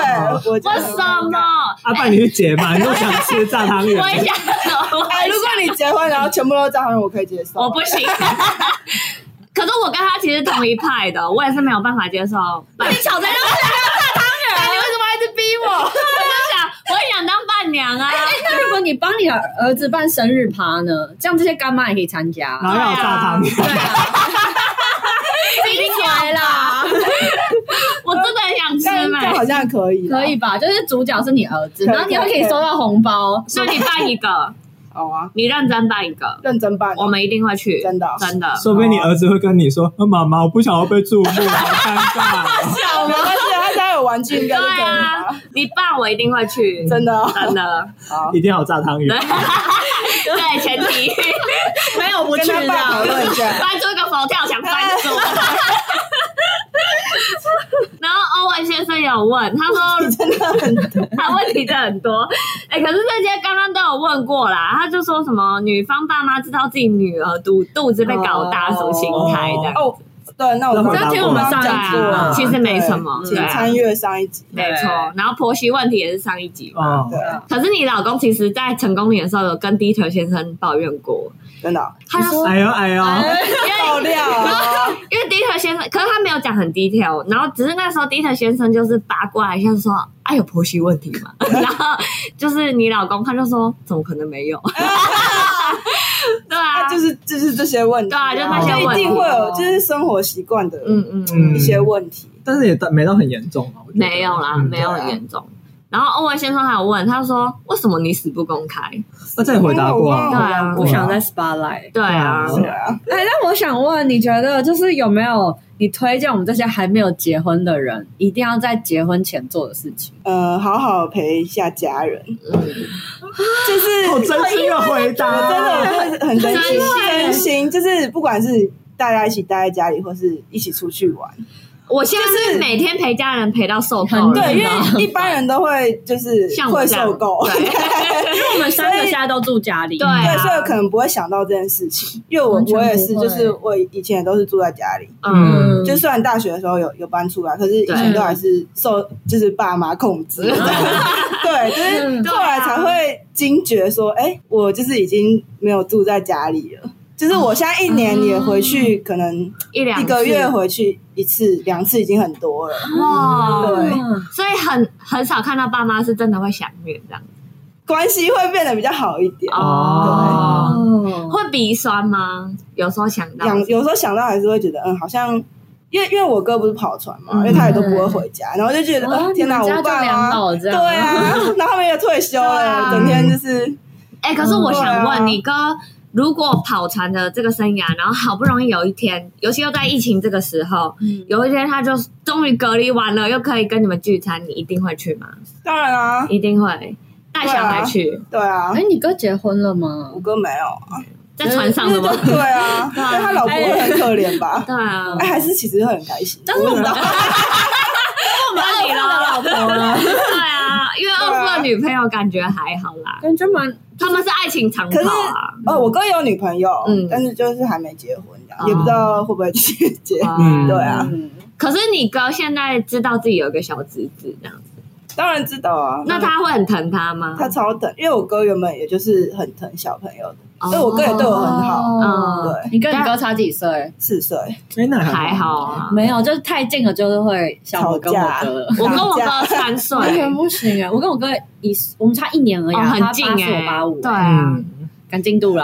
对，我就为什？ 么？阿爸，你去解嘛？你都想吃炸汤圆我，也想，我哎，如果你结婚然后全部都照样，我可以接受。我不 行。可是我跟他其实同一派的，我也是没有办法接受。那你吵着要吃大汤圆，你为什么一直逼我？我就想，我也想当伴娘啊。哎，那如果你帮你儿子办生日趴呢？这样这些干妈也可以参加。然后要有炸汤圆，一定来啦，我真的很想吃这样这样好欸。像可以，可以，吧？就是主角是你儿子，可以然后你又可以收到红包。那你办一个，好啊，你认真办一个，认真办。啊我们一定会去。真的哦真的。说不定你儿子会跟你说：“呃妈妈，我不想要被注目，好尴尬 哦。小没关系，他家有玩具应该对就可以啊吧？，你办我一定会去。真的哦，真的，好”，一定要有炸汤圆。对前提，没有不跟他爸讨论一下。翻出一个佛跳墙翻桌。 然后欧文先生有问，他 说真的很他问题真的很多，哎、可是这些刚刚都有问过啦，他就说什么女方爸妈知道自己女儿肚肚子被搞大，什么心态的。哦，对，那我那刚回刚答过了刚对讲啊过了，其实没什么对对请啊参阅上一集。没错，然后婆媳问题也是上一集嘛。哦对，可是你老公其实，在成功岭的时候有跟 Dieter 先生抱怨过，真的哦他就说，哎呦哎呦，爆料 哦，因为 Dieter 先生，可是他没有讲很 detail，然后只是那时候 Dieter 先生就是八卦一下说，啊有婆媳问题 嘛，然后就是你老公他就说，怎么可能 没有？对啊，啊就是就是这些问题，对啊就那些就问一题定会有，就是生活习惯的嗯嗯嗯，嗯一些问题。但是也到没到很严重啊，我觉得没有啦，嗯没有很严重。然后欧文先生还有问，他说为什么你死不公开？那这也回答过我啊，忘了啊不想在 spotlight。对啊，对对啊，哎，那我想问，你觉得就是有没有你推荐我们这些还没有结婚的人，一定要在结婚前做的事情？呃，好好陪一下家人，嗯就是好哦真心的回我答，真的就是 很真心，真心就是不管是大家一起待在家里，或是一起出去玩，我现在是每天陪家人陪到受够了，对， 很累因啊为一般人都会就是像我会这样受够， 对因为我们三个现在都住家里，对啊对，所以可能不会想到这件事情，因为我完全我也是，不会就是我以前也都是住在家里，嗯，嗯就虽然大学的时候有有搬出来，可是以前对都还是受就是爸妈 控制，对，嗯就是啊后来才会惊觉说，哎、我就是已经没有住在家里了。就是我现在一年也回去，可能一两一次个月回去一次、两次已经很多了。哇，嗯对哦所以很很少看到爸妈是真的会想念这样关系会变得比较好一点。哦哦，哦，会鼻酸吗？有时候想到养有时候想到还是会觉得，嗯，好像因为因为我哥不是跑船嘛，因为他也都不会回家，然后就觉得，嗯哦哦，天哪，你我们家就爸两妈老这对样，啊， 然后他们也退休对了，啊整天就是哎，可是我想嗯对啊问你哥。如果跑船的这个生涯，然后好不容易有一天，尤其又在疫情这个时候，嗯有一天他就终于隔离完了，又可以跟你们聚餐，你一定会去吗？当然啊，一定会带小孩去，对啊哎，，你哥结婚了吗我？哥没有，在船上的吗？ 对 啊，啊但他老婆会很可怜吧？对啊，哎，还是其 实会很开心，但是我不知道，我们你了，老婆了，对啊，啦，因为二夫的女朋友感觉还好啦，感觉蛮他们是爱情长跑啊。哦，我哥有女朋友，嗯但是就是还没结婚，这样哦也不知道会不会去结。嗯对啊，嗯，可是你哥现在知道自己有一个小侄子这样子，当然知道啊，那他会很疼他吗？他超疼，因为我哥原本也就是很疼小朋友的，哦所以我哥也对我很好。嗯对，你跟你哥差几岁？四岁，哎，那还好啊。没有，就是太近了，就是会像我跟我吵架 哥。我跟我哥三岁，完全不行 哎！我跟我哥一，我们差一年而已哦，啊，很近他八四哎、我八五，嗯对，嗯啊，赶进度 了。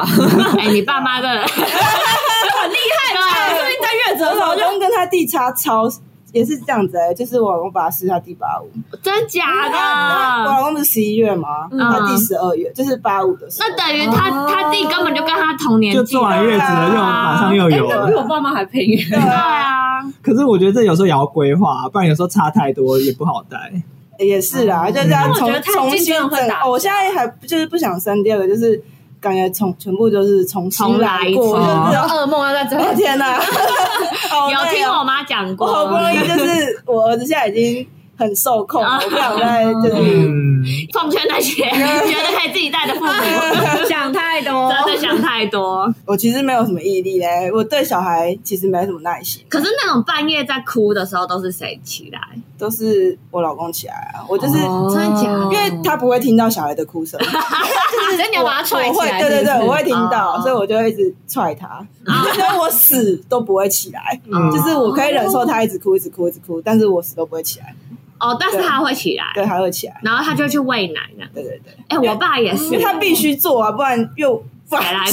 哎、你爸妈的很厉害所以在月子我 老公跟他弟差超也是这样子哎，就是我老公八四，他弟八五。对，真假我的？老公不是十一月吗？他弟十二月，就是八五的时候。嗯那等于他、哦他弟根本就跟他同年就纪坐完月子了，又马上又有那了比。我爸妈还拼。对对啊，啊，可是我觉得这有时候也要规划，不然有时候差太多也不好带。也是啦，就是要重我觉得太重竞新争会整哦打。我现在还就是不想生第二个，就是感觉从全部就是重新重来一过。次我就你的 知道噩呃梦要在这 我里。哦天哪，好有累听哦我妈讲我过，好不容易就是我儿子现在已经很受控啊了，我不想再就是嗯，奉劝那些觉得可以自己带的父母，想太多，真的想太多。我其实没有什么毅力嘞，我对小孩其实没什么耐心，可是那种半夜在哭的时候，都是谁起来？都是我老公起来啊，我就是。哦真的假的因为他不会听到小孩的哭声， 所以你要把他我踹起会来。对对对，我会听哦到，所以我就会一直踹他， 所以我死都不会起来，哦嗯就是我可以忍受他一直哭，一直哭，一直哭，但是我死都不会起来，哦，但是他会起来，对，他会起来，然后他就去喂奶呢。对对对，哎、我爸也是，因为嗯他必须做啊，不然又反来来的。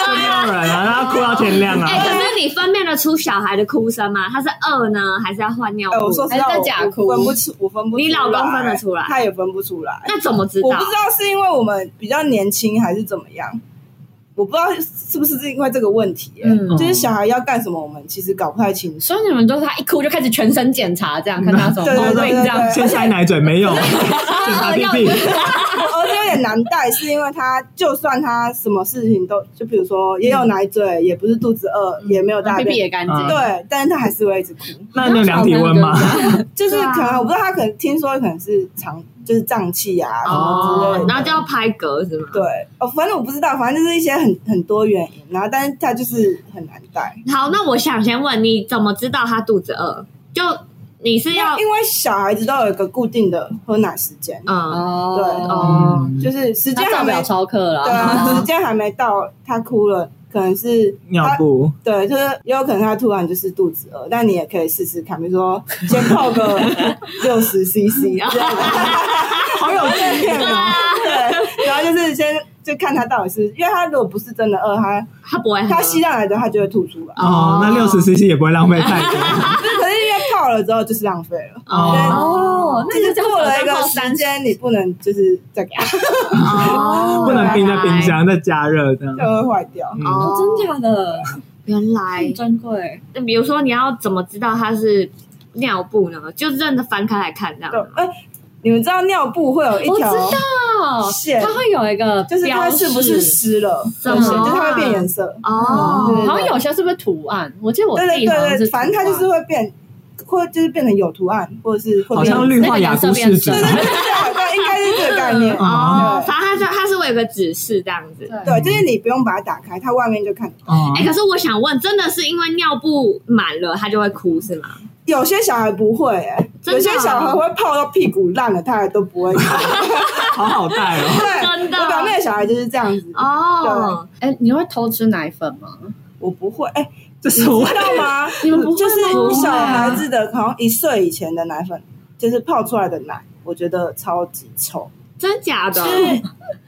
就没有人啊，让他哭到天 亮哎、啊。可 是你分辨得出小孩的哭声吗？他是饿呢，还是要换尿 哎，我布？说实话，还是在我假哭我分不出，我分不出来。你老公分得出来他也分不出来。那怎么知道？我不知道是因为我们比较年轻还是怎么样，我不知道是不是因为这个问题、欸嗯就是小孩要干什么，我们其实搞不太清 楚。所以你们都是他一哭就开始全身检查，这样看他有什么 对毛对对病，对这样对啊先塞奶嘴没 有，检查屁屁。我儿子哦有点难带，是因为他就算他什么事情都，就比如说也有奶嘴，嗯也不是肚子饿，也没有大屁屁便。也干净。嗯对，但是他还是会一直哭，那那量体温吗？就是对啊可能我不知道他可能听说可能是肠就是胀气啊什么之类的，哦然后就要拍嗝是吗？对，哦，反正我不知道，反正就是一些很很多原因，然后但是他就是很难带，好，那我想先问你，怎么知道他肚子饿？就你是要因为小孩子都有一个固定的喝奶时间，嗯哦，哦，就是时他间还上不没了超课对了。啊，时间还没到，他哭了，可能是尿布他对，就是也有可能他突然就是肚子饿，但你也可以试试看，比如说先泡个六十 CC 之类的，好有经验哦。对，然后就是先就看他到底是，因为他如果不是真的饿，他他不会喝他吸上来的他就会吐出来，哦，那六十 CC 也不会浪费太 多。可是因为泡了之后就是浪费了。哦哦，那就是就过了一个三时间，你不能就是再给它，哦不能冰在冰。箱，再加热这样。就会坏掉。嗯哦，真假的，原来哎很，珍贵。那比如说你要怎么知道他是尿布呢？就真的翻开来看这样对吗，哎、你们知道尿布会有一我知条，道，线哦它会有一个就是它标是不识是湿了，什对，么就啊是它会变颜色。哦对好像有些是不是图案？我记得我对自对己好像对是对，图案，反正它就是会变，会就是变成有图案，或者是会好变像绿化雅姑市集那个颜色变，深对对对，应该是这个概念。哦，对反正他是他是会有个指示这样子。嗯对，就是你不用把它打开，它外面就看得到。哦哎、可是我想问，真的是因为尿布满了，他就会哭是吗？有些小孩不会、哎，真的啊有些小孩会泡到屁股烂了，他还都不会看。 好好带哦。对，真的啊我表妹的小孩就是这样子。哦，哎，你会偷吃奶粉吗？我不会，哎、这你是我知道吗？你们不会吗就是小孩子的，好像一岁以前的奶粉，就是泡出来的奶，我觉得超级臭。真假的？是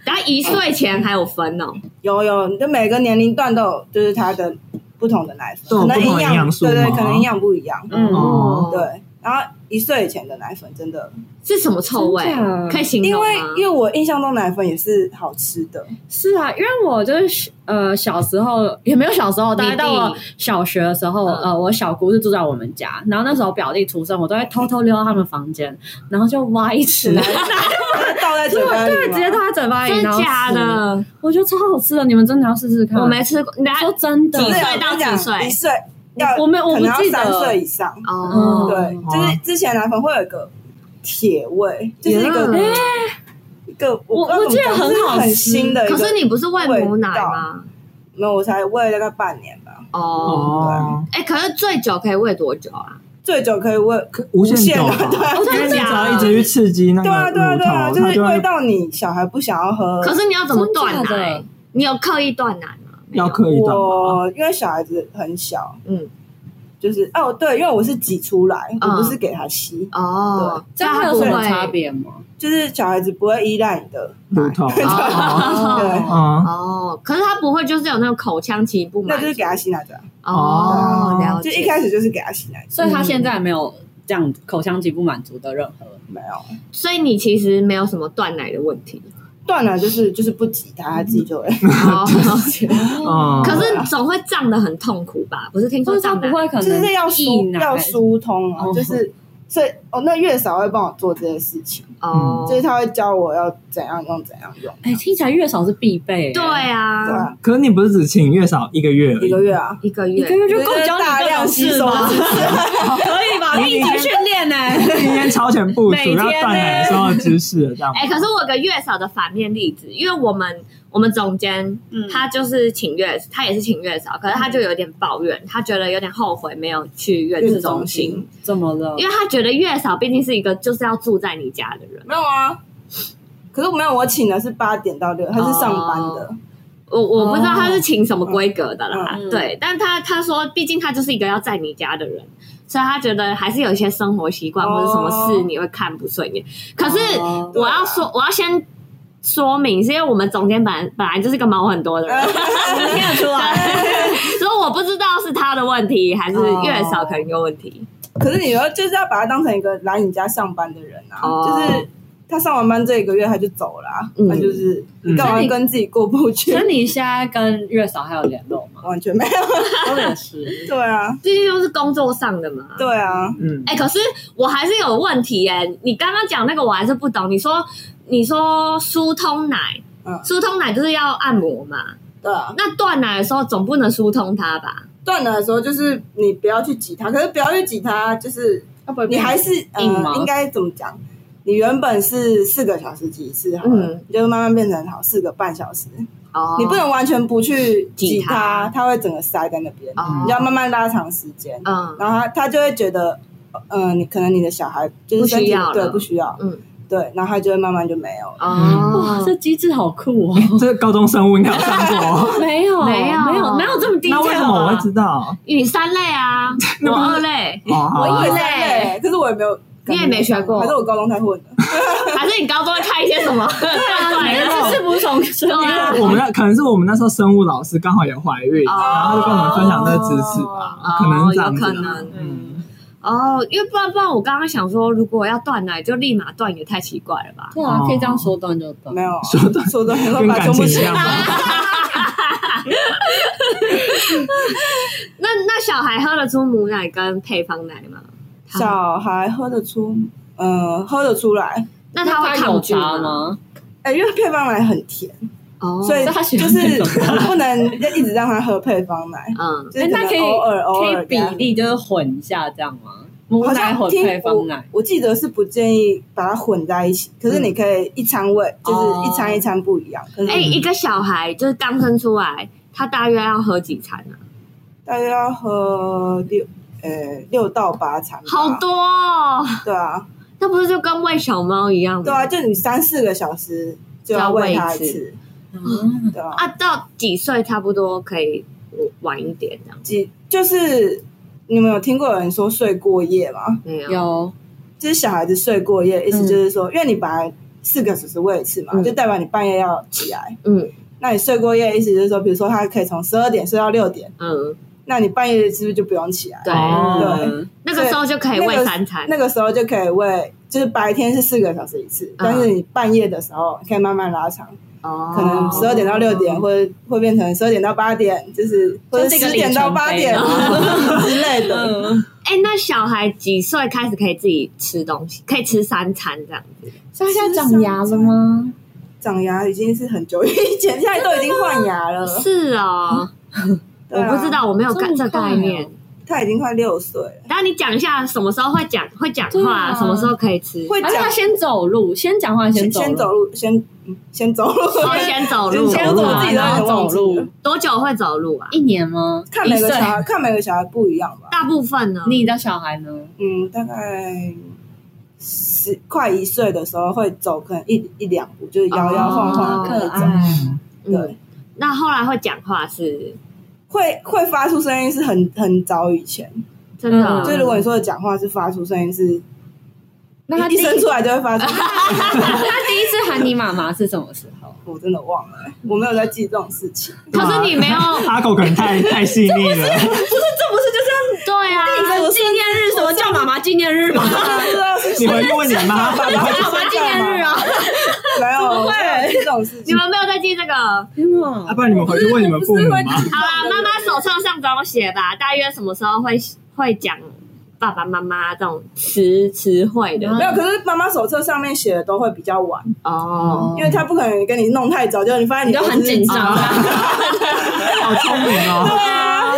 然后一岁前还有分哦，有有，就每个年龄段都有，就是它的不同的奶粉，都有可能不同的营养，养素对对，吗可能营养不一样。嗯哦对。然后一岁以前的奶粉真的，是什么臭味真假？可以形因容吗为？因为我印象中奶粉也是好吃的，是啊，因为我就是呃小时候也没有小时候，大你概到弟我小学的时候，嗯呃，我小姑是住在我们家，然后那时候表弟出生，我都会偷偷溜到他们房间，然后就挖一匙奶奶粉倒在嘴巴里 对， 吗直啊接倒在嘴巴里，真然后假吃，的？我觉得超好吃的，你们真的要试试看。我没吃过，你等下说真的几，岁对我到跟几你讲岁一岁要我没有我可不能要记得三岁以上。嗯哦，对，就是之前奶粉会有一个铁胃，就是一个嗯一个我不知道我记得怎么讲很就是好很吃新的一可个，是你不是喂母奶吗？没有，我才喂了大概半年吧，哦，哦，哎，可是最久可以喂多久啊？最久可以喂可无限久吧无限的我因为想你只讲要一直去刺激那个对啊，对啊，乳对啊，头，就它是就喂会到你小孩不想要喝。可是你要怎么断真假的奶？你有刻意断奶吗？没有要刻意断吧。我因为小孩子很小，嗯，就是哦，对，因为我是挤出来，嗯我不是给他吸，哦，这所以样会它有不什么会差别吗？就是小孩子不会依赖你的奶乳 头哦啊，哦，可是它不会就是有那种口腔期不那满就是给他吸奶嘴啊，哦，了就解。一开始就是给他吸奶所嘴，以他现在没有这样口腔极不满足的任何。没有所以你其实没有什么断奶的问题。断奶就是就是不挤他，他自己就会。哦， 嗯，可是总会胀得很痛苦吧？不是听就说是他胀不奶会可能就是要溢疏奶要疏通啊哦，就是所以哦，那月嫂会帮我做这些事情，哦，就是他会教我要怎样用怎样用，哎，听起来月嫂是必备。对，啊，对啊，可是你不是只请月嫂一个月而已一个月啊，一个一月个月就够就是教你大各量种吸事收啊吗？知识， 可以吧？你密集训练呢？今天超前部署每天要断奶的时候知识了这样。哎、可是我有个月嫂的反面例子，因为我们我们总监嗯他就是请月，他也是请月嫂，可是他就有点抱怨，他觉得有点后悔没有去月子中月子心，怎么了？因为他觉得月嫂毕竟是一个就是要住在你家的人。没有啊。可是没有，我请的是八点到六，他哦是上班的，我我不知道他是请什么规格的啦，嗯嗯对，但他他说，毕竟他就是一个要在你家的人，所以他觉得还是有一些生活习惯哦或者什么事你会看不顺眼。可是哦我要说，我要先说明，是因为我们总监本来本来就是一个毛很多的呃人，听得出来， 所以我不知道是他的问题还是哦月嫂可能有问题。 可是你要就是要把他当成一个来你家上班的人啊，哦就是他上完班这一个月他就走了、啊，嗯他就是嗯你干嘛跟自己过不去所？以你现在跟月嫂还有联络 吗？完全没有，我也是，对啊，毕竟都是工作上的嘛。对啊，嗯，哎、可是我还是有问题哎、你刚刚讲那个我还是不懂。你说你说疏通奶，嗯疏通奶就是要按摩嘛？对啊。那断奶的时候总不能疏通它吧？断奶的时候，就是你不要去挤它，可是不要去挤它，就是你还是呃硬吗应该怎么讲？你原本是四个小时挤一次好了，嗯你就慢慢变成好四个半小时。哦你不能完全不去挤挤它它，它会整个塞在那边。哦你要慢慢拉长时间，嗯然后它它就会觉得，呃，你可能你的小孩就是身体不需要了对不需要，嗯对，然后它就会慢慢就没有了。哇，哦，这机制好 酷哦！这个高中生物应该有上过哦。没有，没有没有，哪有这么低调那啊？为什么我会知道？你三类啊，我二类，哦，好我啊以为对，可是我也没有，你也没学过还是我高中才混的。还是你高中会看一些什么？你对 这是无从生对啊哦我们那可能是我们那时候生物老师刚好有怀孕，哦然后他就跟我们分享这个知识吧，可能哦，是有这样子可啊。能嗯，哦，因为不然不然，我刚刚想说，如果要断奶就立马断，也太奇怪了吧？对啊，可以这样说断就断没。有啊说的说啊的，跟把感胸部情挤一样吗？那那小孩喝得出母奶跟配方奶吗？他小孩喝得出，呃，喝得出来。那他会有抗拒渣？吗？哎、因为配方奶很甜，哦，所以所以他喜就欢 是这种不能一直让他喝配方奶，嗯，就是哎可那可以能偶尔偶可尔以比给他喝例就是混一下这样吗？母好奶像混听配方奶，我，我记得是不建议把它混在一起，可是你可以一餐喂，哦就是一餐一餐不一样。可哎，是一个小孩就是刚生出来，他大约要喝几餐啊？大约要喝六呃六到八餐吧，好多，哦，对啊，那不是就跟喂小猫一样吗？对啊，就你三四个小时就要喂它一就要喂次，嗯对啊，啊，到几岁差不多可以晚一点这样？几就是你们有听过有人说睡过夜吗？没有，哦有就是小孩子睡过夜，意思就是说，因为你本来四个小时喂一次嘛，嗯就代表你半夜要起来。嗯那你睡过夜，意思就是说，比如说他可以从十二点睡到六点，嗯，那你半夜是不是就不用起来？对，哦嗯那个时候就可以喂三餐。那个时候就可以喂，就是白天是四个小时一次，但是你半夜的时候可以慢慢拉长，嗯哦，可能十二点到六点，或者会变成十二点到八点，就是或者这个十点到八点里哦 之类的。嗯，哎、那小孩几岁开始可以自己吃东西，可以吃三餐这样子？所以现在长牙了吗？长牙已经是很久以前，现在都已经换牙了。是哦，对啊嗯啊我不知，道，我没有这么概这快概念哦。他已经快六岁了，然后你讲一下什么时候会讲会讲对话，啊什么时候可以吃？会还是讲他啊先走路，先讲话，先走路，走路，先嗯先走路， 哦，先走路，先走走路路啊，自己都有然后点忘走记路了，多久会走路啊？一年吗？看每个一岁小孩看每个小孩不一样吧。大部分呢？你的小孩呢？嗯，大概十快一岁的时候会走，可能一一两步，就是摇摇晃哦晃可的爱那种。嗯对嗯，那后来会讲话是会会发出声音是很很早以前，真的嗯哦，就是如果你说的讲话是发出声音是，那他第一一一生 出来就会发出，他第一次喊你妈妈是什么时候？我真的忘了、欸我没有在记这种事情。可是你没有阿狗可能太太细腻这不了，是就是 对啊，要纪念日？什么叫妈妈纪念日 吗？你回去问你妈，爸爸妈妈纪念日啊！没有，我没有记这种事你情。们没有在记这个？好天要哪！不然你们回去问你们父母嘛。啦，妈妈手册上总有写吧，大约什么时候会会讲爸爸妈妈这种词词汇的嗯没有，可是妈妈手册上面写的都会比较晚，嗯哦。因为她不可能跟你弄太早，就是你发现你你就儿子很紧张啊，好聪明对哦！啊，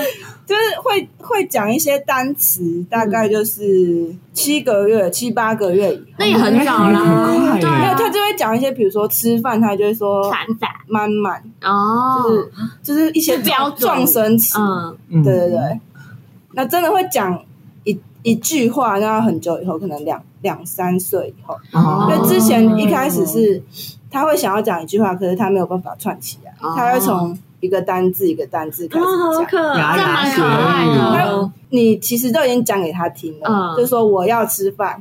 就是会会讲一些单词，大概就是七个月、七八个月以后。 那也很早啦， 很快耶对没有，啊，他就会讲一些，比如说吃饭，他就会说散散慢慢，嗯哦，就是就是一些标撞准撞声词。嗯，嗯对对对，那真的会讲一一句话，那要很久以后，可能两两三岁以后。哦因那为之前一开始是他会想要讲一句话，可是他没有办法串起来，哦他会从一个单字一个单字开始哦，好 讲。可爱，牙这牙蛮学可爱的语还哦有你其实都已经讲给他听了，嗯就说我要吃饭，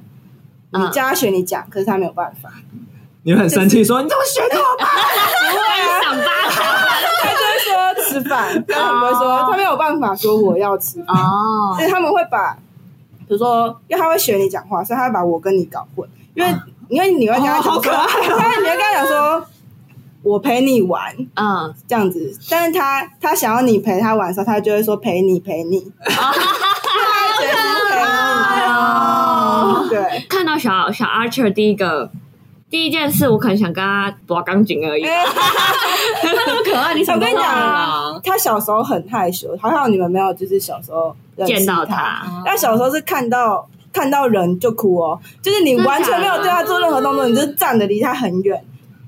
你嗯啊叫他学你讲，可是他没有办法，你很生气，说你怎么学的？三赏巴掌他就会说吃饭，但他不会说哦他没有办法说我要吃饭，哦所以他们会把，比如说，因为他会学你讲话，所以他会把我跟你搞混，因为因为你会跟他讲哦好说，可爱哦他你会跟他讲说。我陪你玩嗯，这样子，但是他他想要你陪他玩的时候，他就会说陪你陪 你，他觉得是陪哦你，对，看到小小 Archer 第一个第一件事，我可能想跟他拨钢筋而已。哎那么可爱，你什么都我跟你讲啊了？他小时候很害羞，还好你们没有，就是小时候认识见到他。他，但小时候是看到看到人就哭哦，就是你完全没有对他做任何动作，你就是站的离他很远，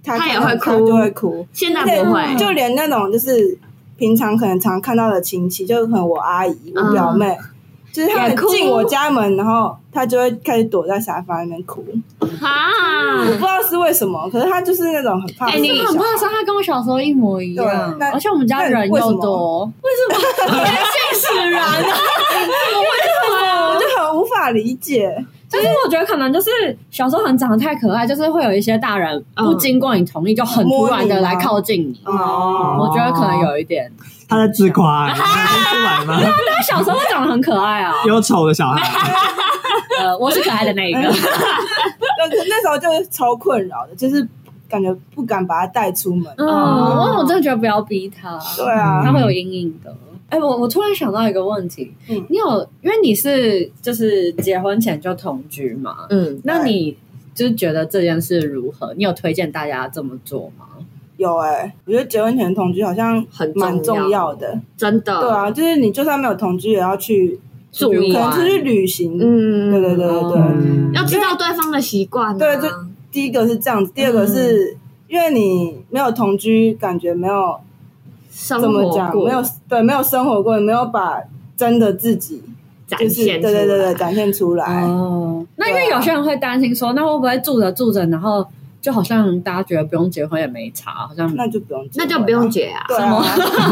他他也看到会他哭就会哭。现在对不会，就连那种就是平常可能常看到的亲戚，就是可能我阿姨、我表妹。就是他也们哭进我家门，然后他就会开始躲在沙发那边哭，我不啊，知道是为什么，可是他就是那种很怕哎死的你真小的孩。很怕伤，他跟我小时候一模一样对，那而且我们家人又多，为 什么？性使然啊！ 我就很无法理解。但是我觉得可能就是小时候很长得太可爱，就是会有一些大人嗯不经过你同意就很突然的来靠近你。哦我觉得可能有一点，他在自夸，你看得出来吗？但小时候长得很可爱啊。有丑的小孩，呃，我是可爱的那一 个，那那时候就是超困扰的，就是感觉不敢把他带出门。嗯，我我真的觉得不要逼他，哦对啊他，会有阴影的。哎、我我突然想到一个问题，嗯你有因为你是就是结婚前就同居嘛，嗯，那你就是觉得这件事如何？你有推荐大家这么做吗？有哎、我觉得结婚前同居好像很蛮重要，要的。真的，对，啊，就是你就算没有同居，也要去注可意能出去旅行。嗯，对对对对对，嗯要知道对方的习惯啊，对就第一个是这样子，第二个是、嗯因为你没有同居，感觉没有生怎么活讲，过没有对没有生活过，没有把真的自己展就是对现出对来，嗯对对展现出来。哦，那因为对啊有些人会担心说，那会不会住着住着，然后就好像大家觉得不用结婚也没差，好像。那就不用那结婚就不用了结啊，对啊，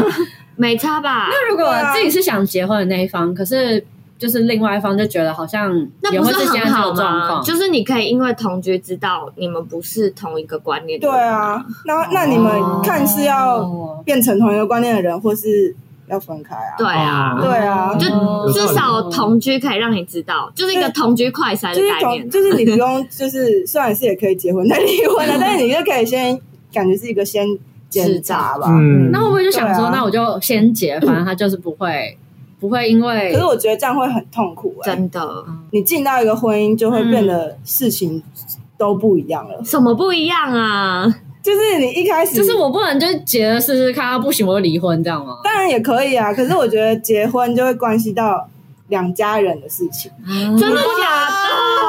没差吧？那如果对啊自己是想结婚的那一方，可是就是另外一方就觉得好像那也不会是现很在这好种状吗？况，就是你可以因为同居知道你们不是同一个观念，对，啊，那那你们看是要哦变成同一个观念的人，或是要分开啊？对啊，对啊就哦至少同居可以让你知道，就是一个同居快筛的就是概念啊同，。就是你不用，就是虽然是也可以结婚 但离婚了，但是你就可以先感觉是一个先检查吧。嗯，那会不会就想说，对啊那我就先结，反正他就是不会不会因为可是我觉得这样会很痛苦哎、真的，你进到一个婚姻就会嗯变得事情都不一样了，什么不一样啊？就是你一开始就是我不能就结了试试看，啊不行我就离婚这样吗？当然也可以啊，可是我觉得结婚就会关系到两家人的事情。嗯真的假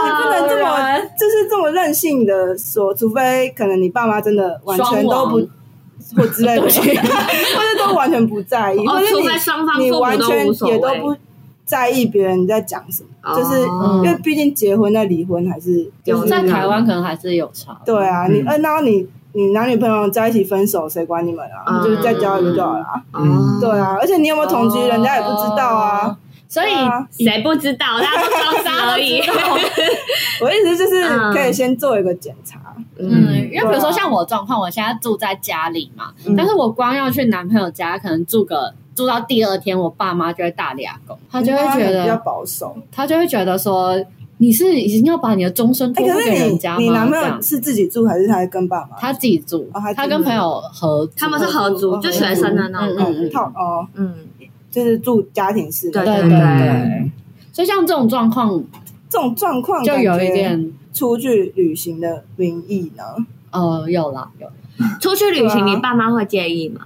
你的？不能这当么然就是这么任性的说，除非可能你爸妈真的完全都不双或之 类的，或者都完全不在意，哦或，者除非你双方你父母完都全无所也谓，都不在意别人在讲什么，就是哦因为毕竟结婚再离婚还是就有是在台湾可能还是有差，对啊，你嗯嗯，然后你你男女朋友在一起分手，谁管你们啊？嗯就是再交一个就好了啊。哦对啊，而且你有没有同居，哦人家也不知道啊。所以谁不知道，大家都装傻而已。我意思就是嗯可以先做一个检查，嗯，因为比如说像我的状况，我现在住在家里嘛，嗯但是我光要去男朋友家，可能住个住到第二天，我爸妈就会大俩狗，他就会觉嗯比较得，保守。他就会觉得说，你是已经要把你的终身哎，托可付是给人家吗？你你男朋这友样是自己住还是他跟爸妈？他自己住哦他自己，他跟朋友合，他们是合租，就学生的那嗯种。嗯套哦，嗯，就是住家庭式的对对对对对，对，所以像这种状况这种状况，就有一点。出去旅行的名义呢，呃，有啦，有，嗯出去旅行，对啊你爸妈会介意吗？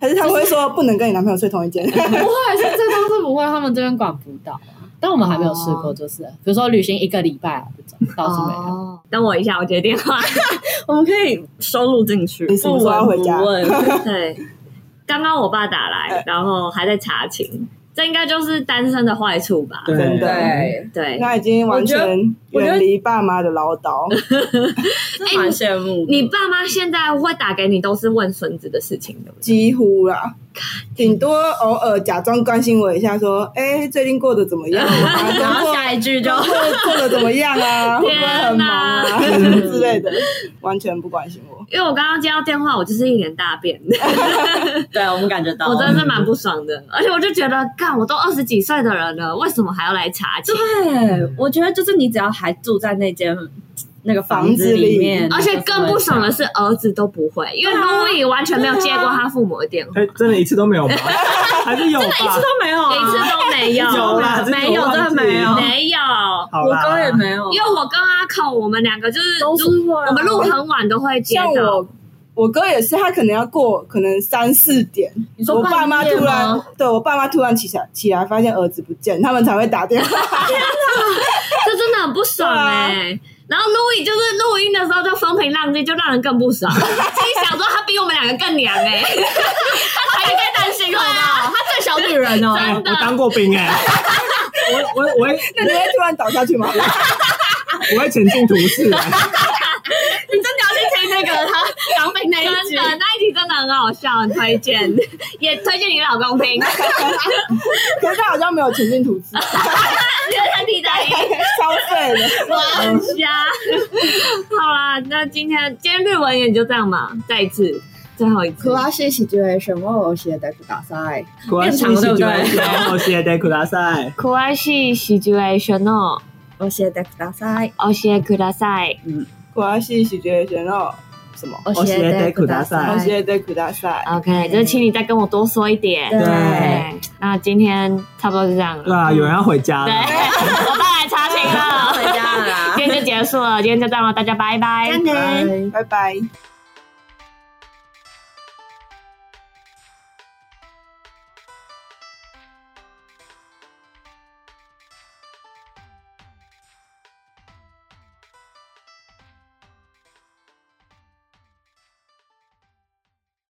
还是他会说不能跟你男朋友睡同 一间？不会是这倒是不会，他们这边管不到啊，但我们还没有试过，就是比如说旅行一个礼拜啊这种，倒是没有。哦，等我一下，我接电话。我们可以收录进去，你什么时候要回家不闻不问 对，刚刚我爸打来，然后还在查情，这应该就是单身的坏处吧？对真的 对，对，他已经完全我觉得远离爸妈的唠叨。真蛮羡慕的哎你爸妈现在会打给你，都是问孙子的事情的。几乎嗯啦，顶多偶尔假装关心我一下，说：“哎、最近过得怎么样啊？ 工然后作下一句就工作过得怎么样啊？会不会很忙啊？之类的，完全不关心我。因为我刚刚接到电话，我就是一脸大便，对我们感觉到 我真的是蛮不爽的。而且我就觉得，干，我都二十几岁的人了，为什么还要来查情？对，我觉得就是你只要还住在那间那个房子里面，而且更不爽的是，儿子都不会，因为啊 Louis 完全没有接过他父母的电话，哎，真的一次都没 有吗？还是有吧？一次都没有、啊，一次都没有，有啦，只是 没有忘记真的没有没有。好我啦，哥也没有，因为我跟阿孔，我们两个就是都是录会啊我们录很晚都会接像到我，，我哥也是，他可能要过可能三四点，你我说爸妈半夜突吗然对我爸妈突然起来起来，发现儿子不见，他们才会打电 话。这真的很不爽哎、然后 Louis 就是录音的时候就风平浪静，就让人更不 爽。心想说他比我们两个更娘啊哎、他才应该担心好不她好？最小女人哦，哎，我当过 兵哎，我我我会那你会突然倒下去吗？我会前进图示哎， 你真的要去听那个她当兵那一真集的，那一集真的很好笑，很推荐， 也推荐你老公听。 可是他好像没有前进图 纸，身体在超废的。玩家。好啦，那今天今天日文也就这样嘛，再一次，最后一次。しいシチュエーションを教えてください。我要 长对不对我写的苦大赛，詳しいシチュエーションを教えてください。教えください。我要洗洗觉得哦，什么？教えてくださ我い谢对苦大赛。 OK，就是请你再跟我多说一点。对对，那今天差不多就这样对了。啊，有人要回家对， 了。我爸来查寝 了，回家了啦。 今天就结束了，今天就这样了，大家拜拜。拜拜。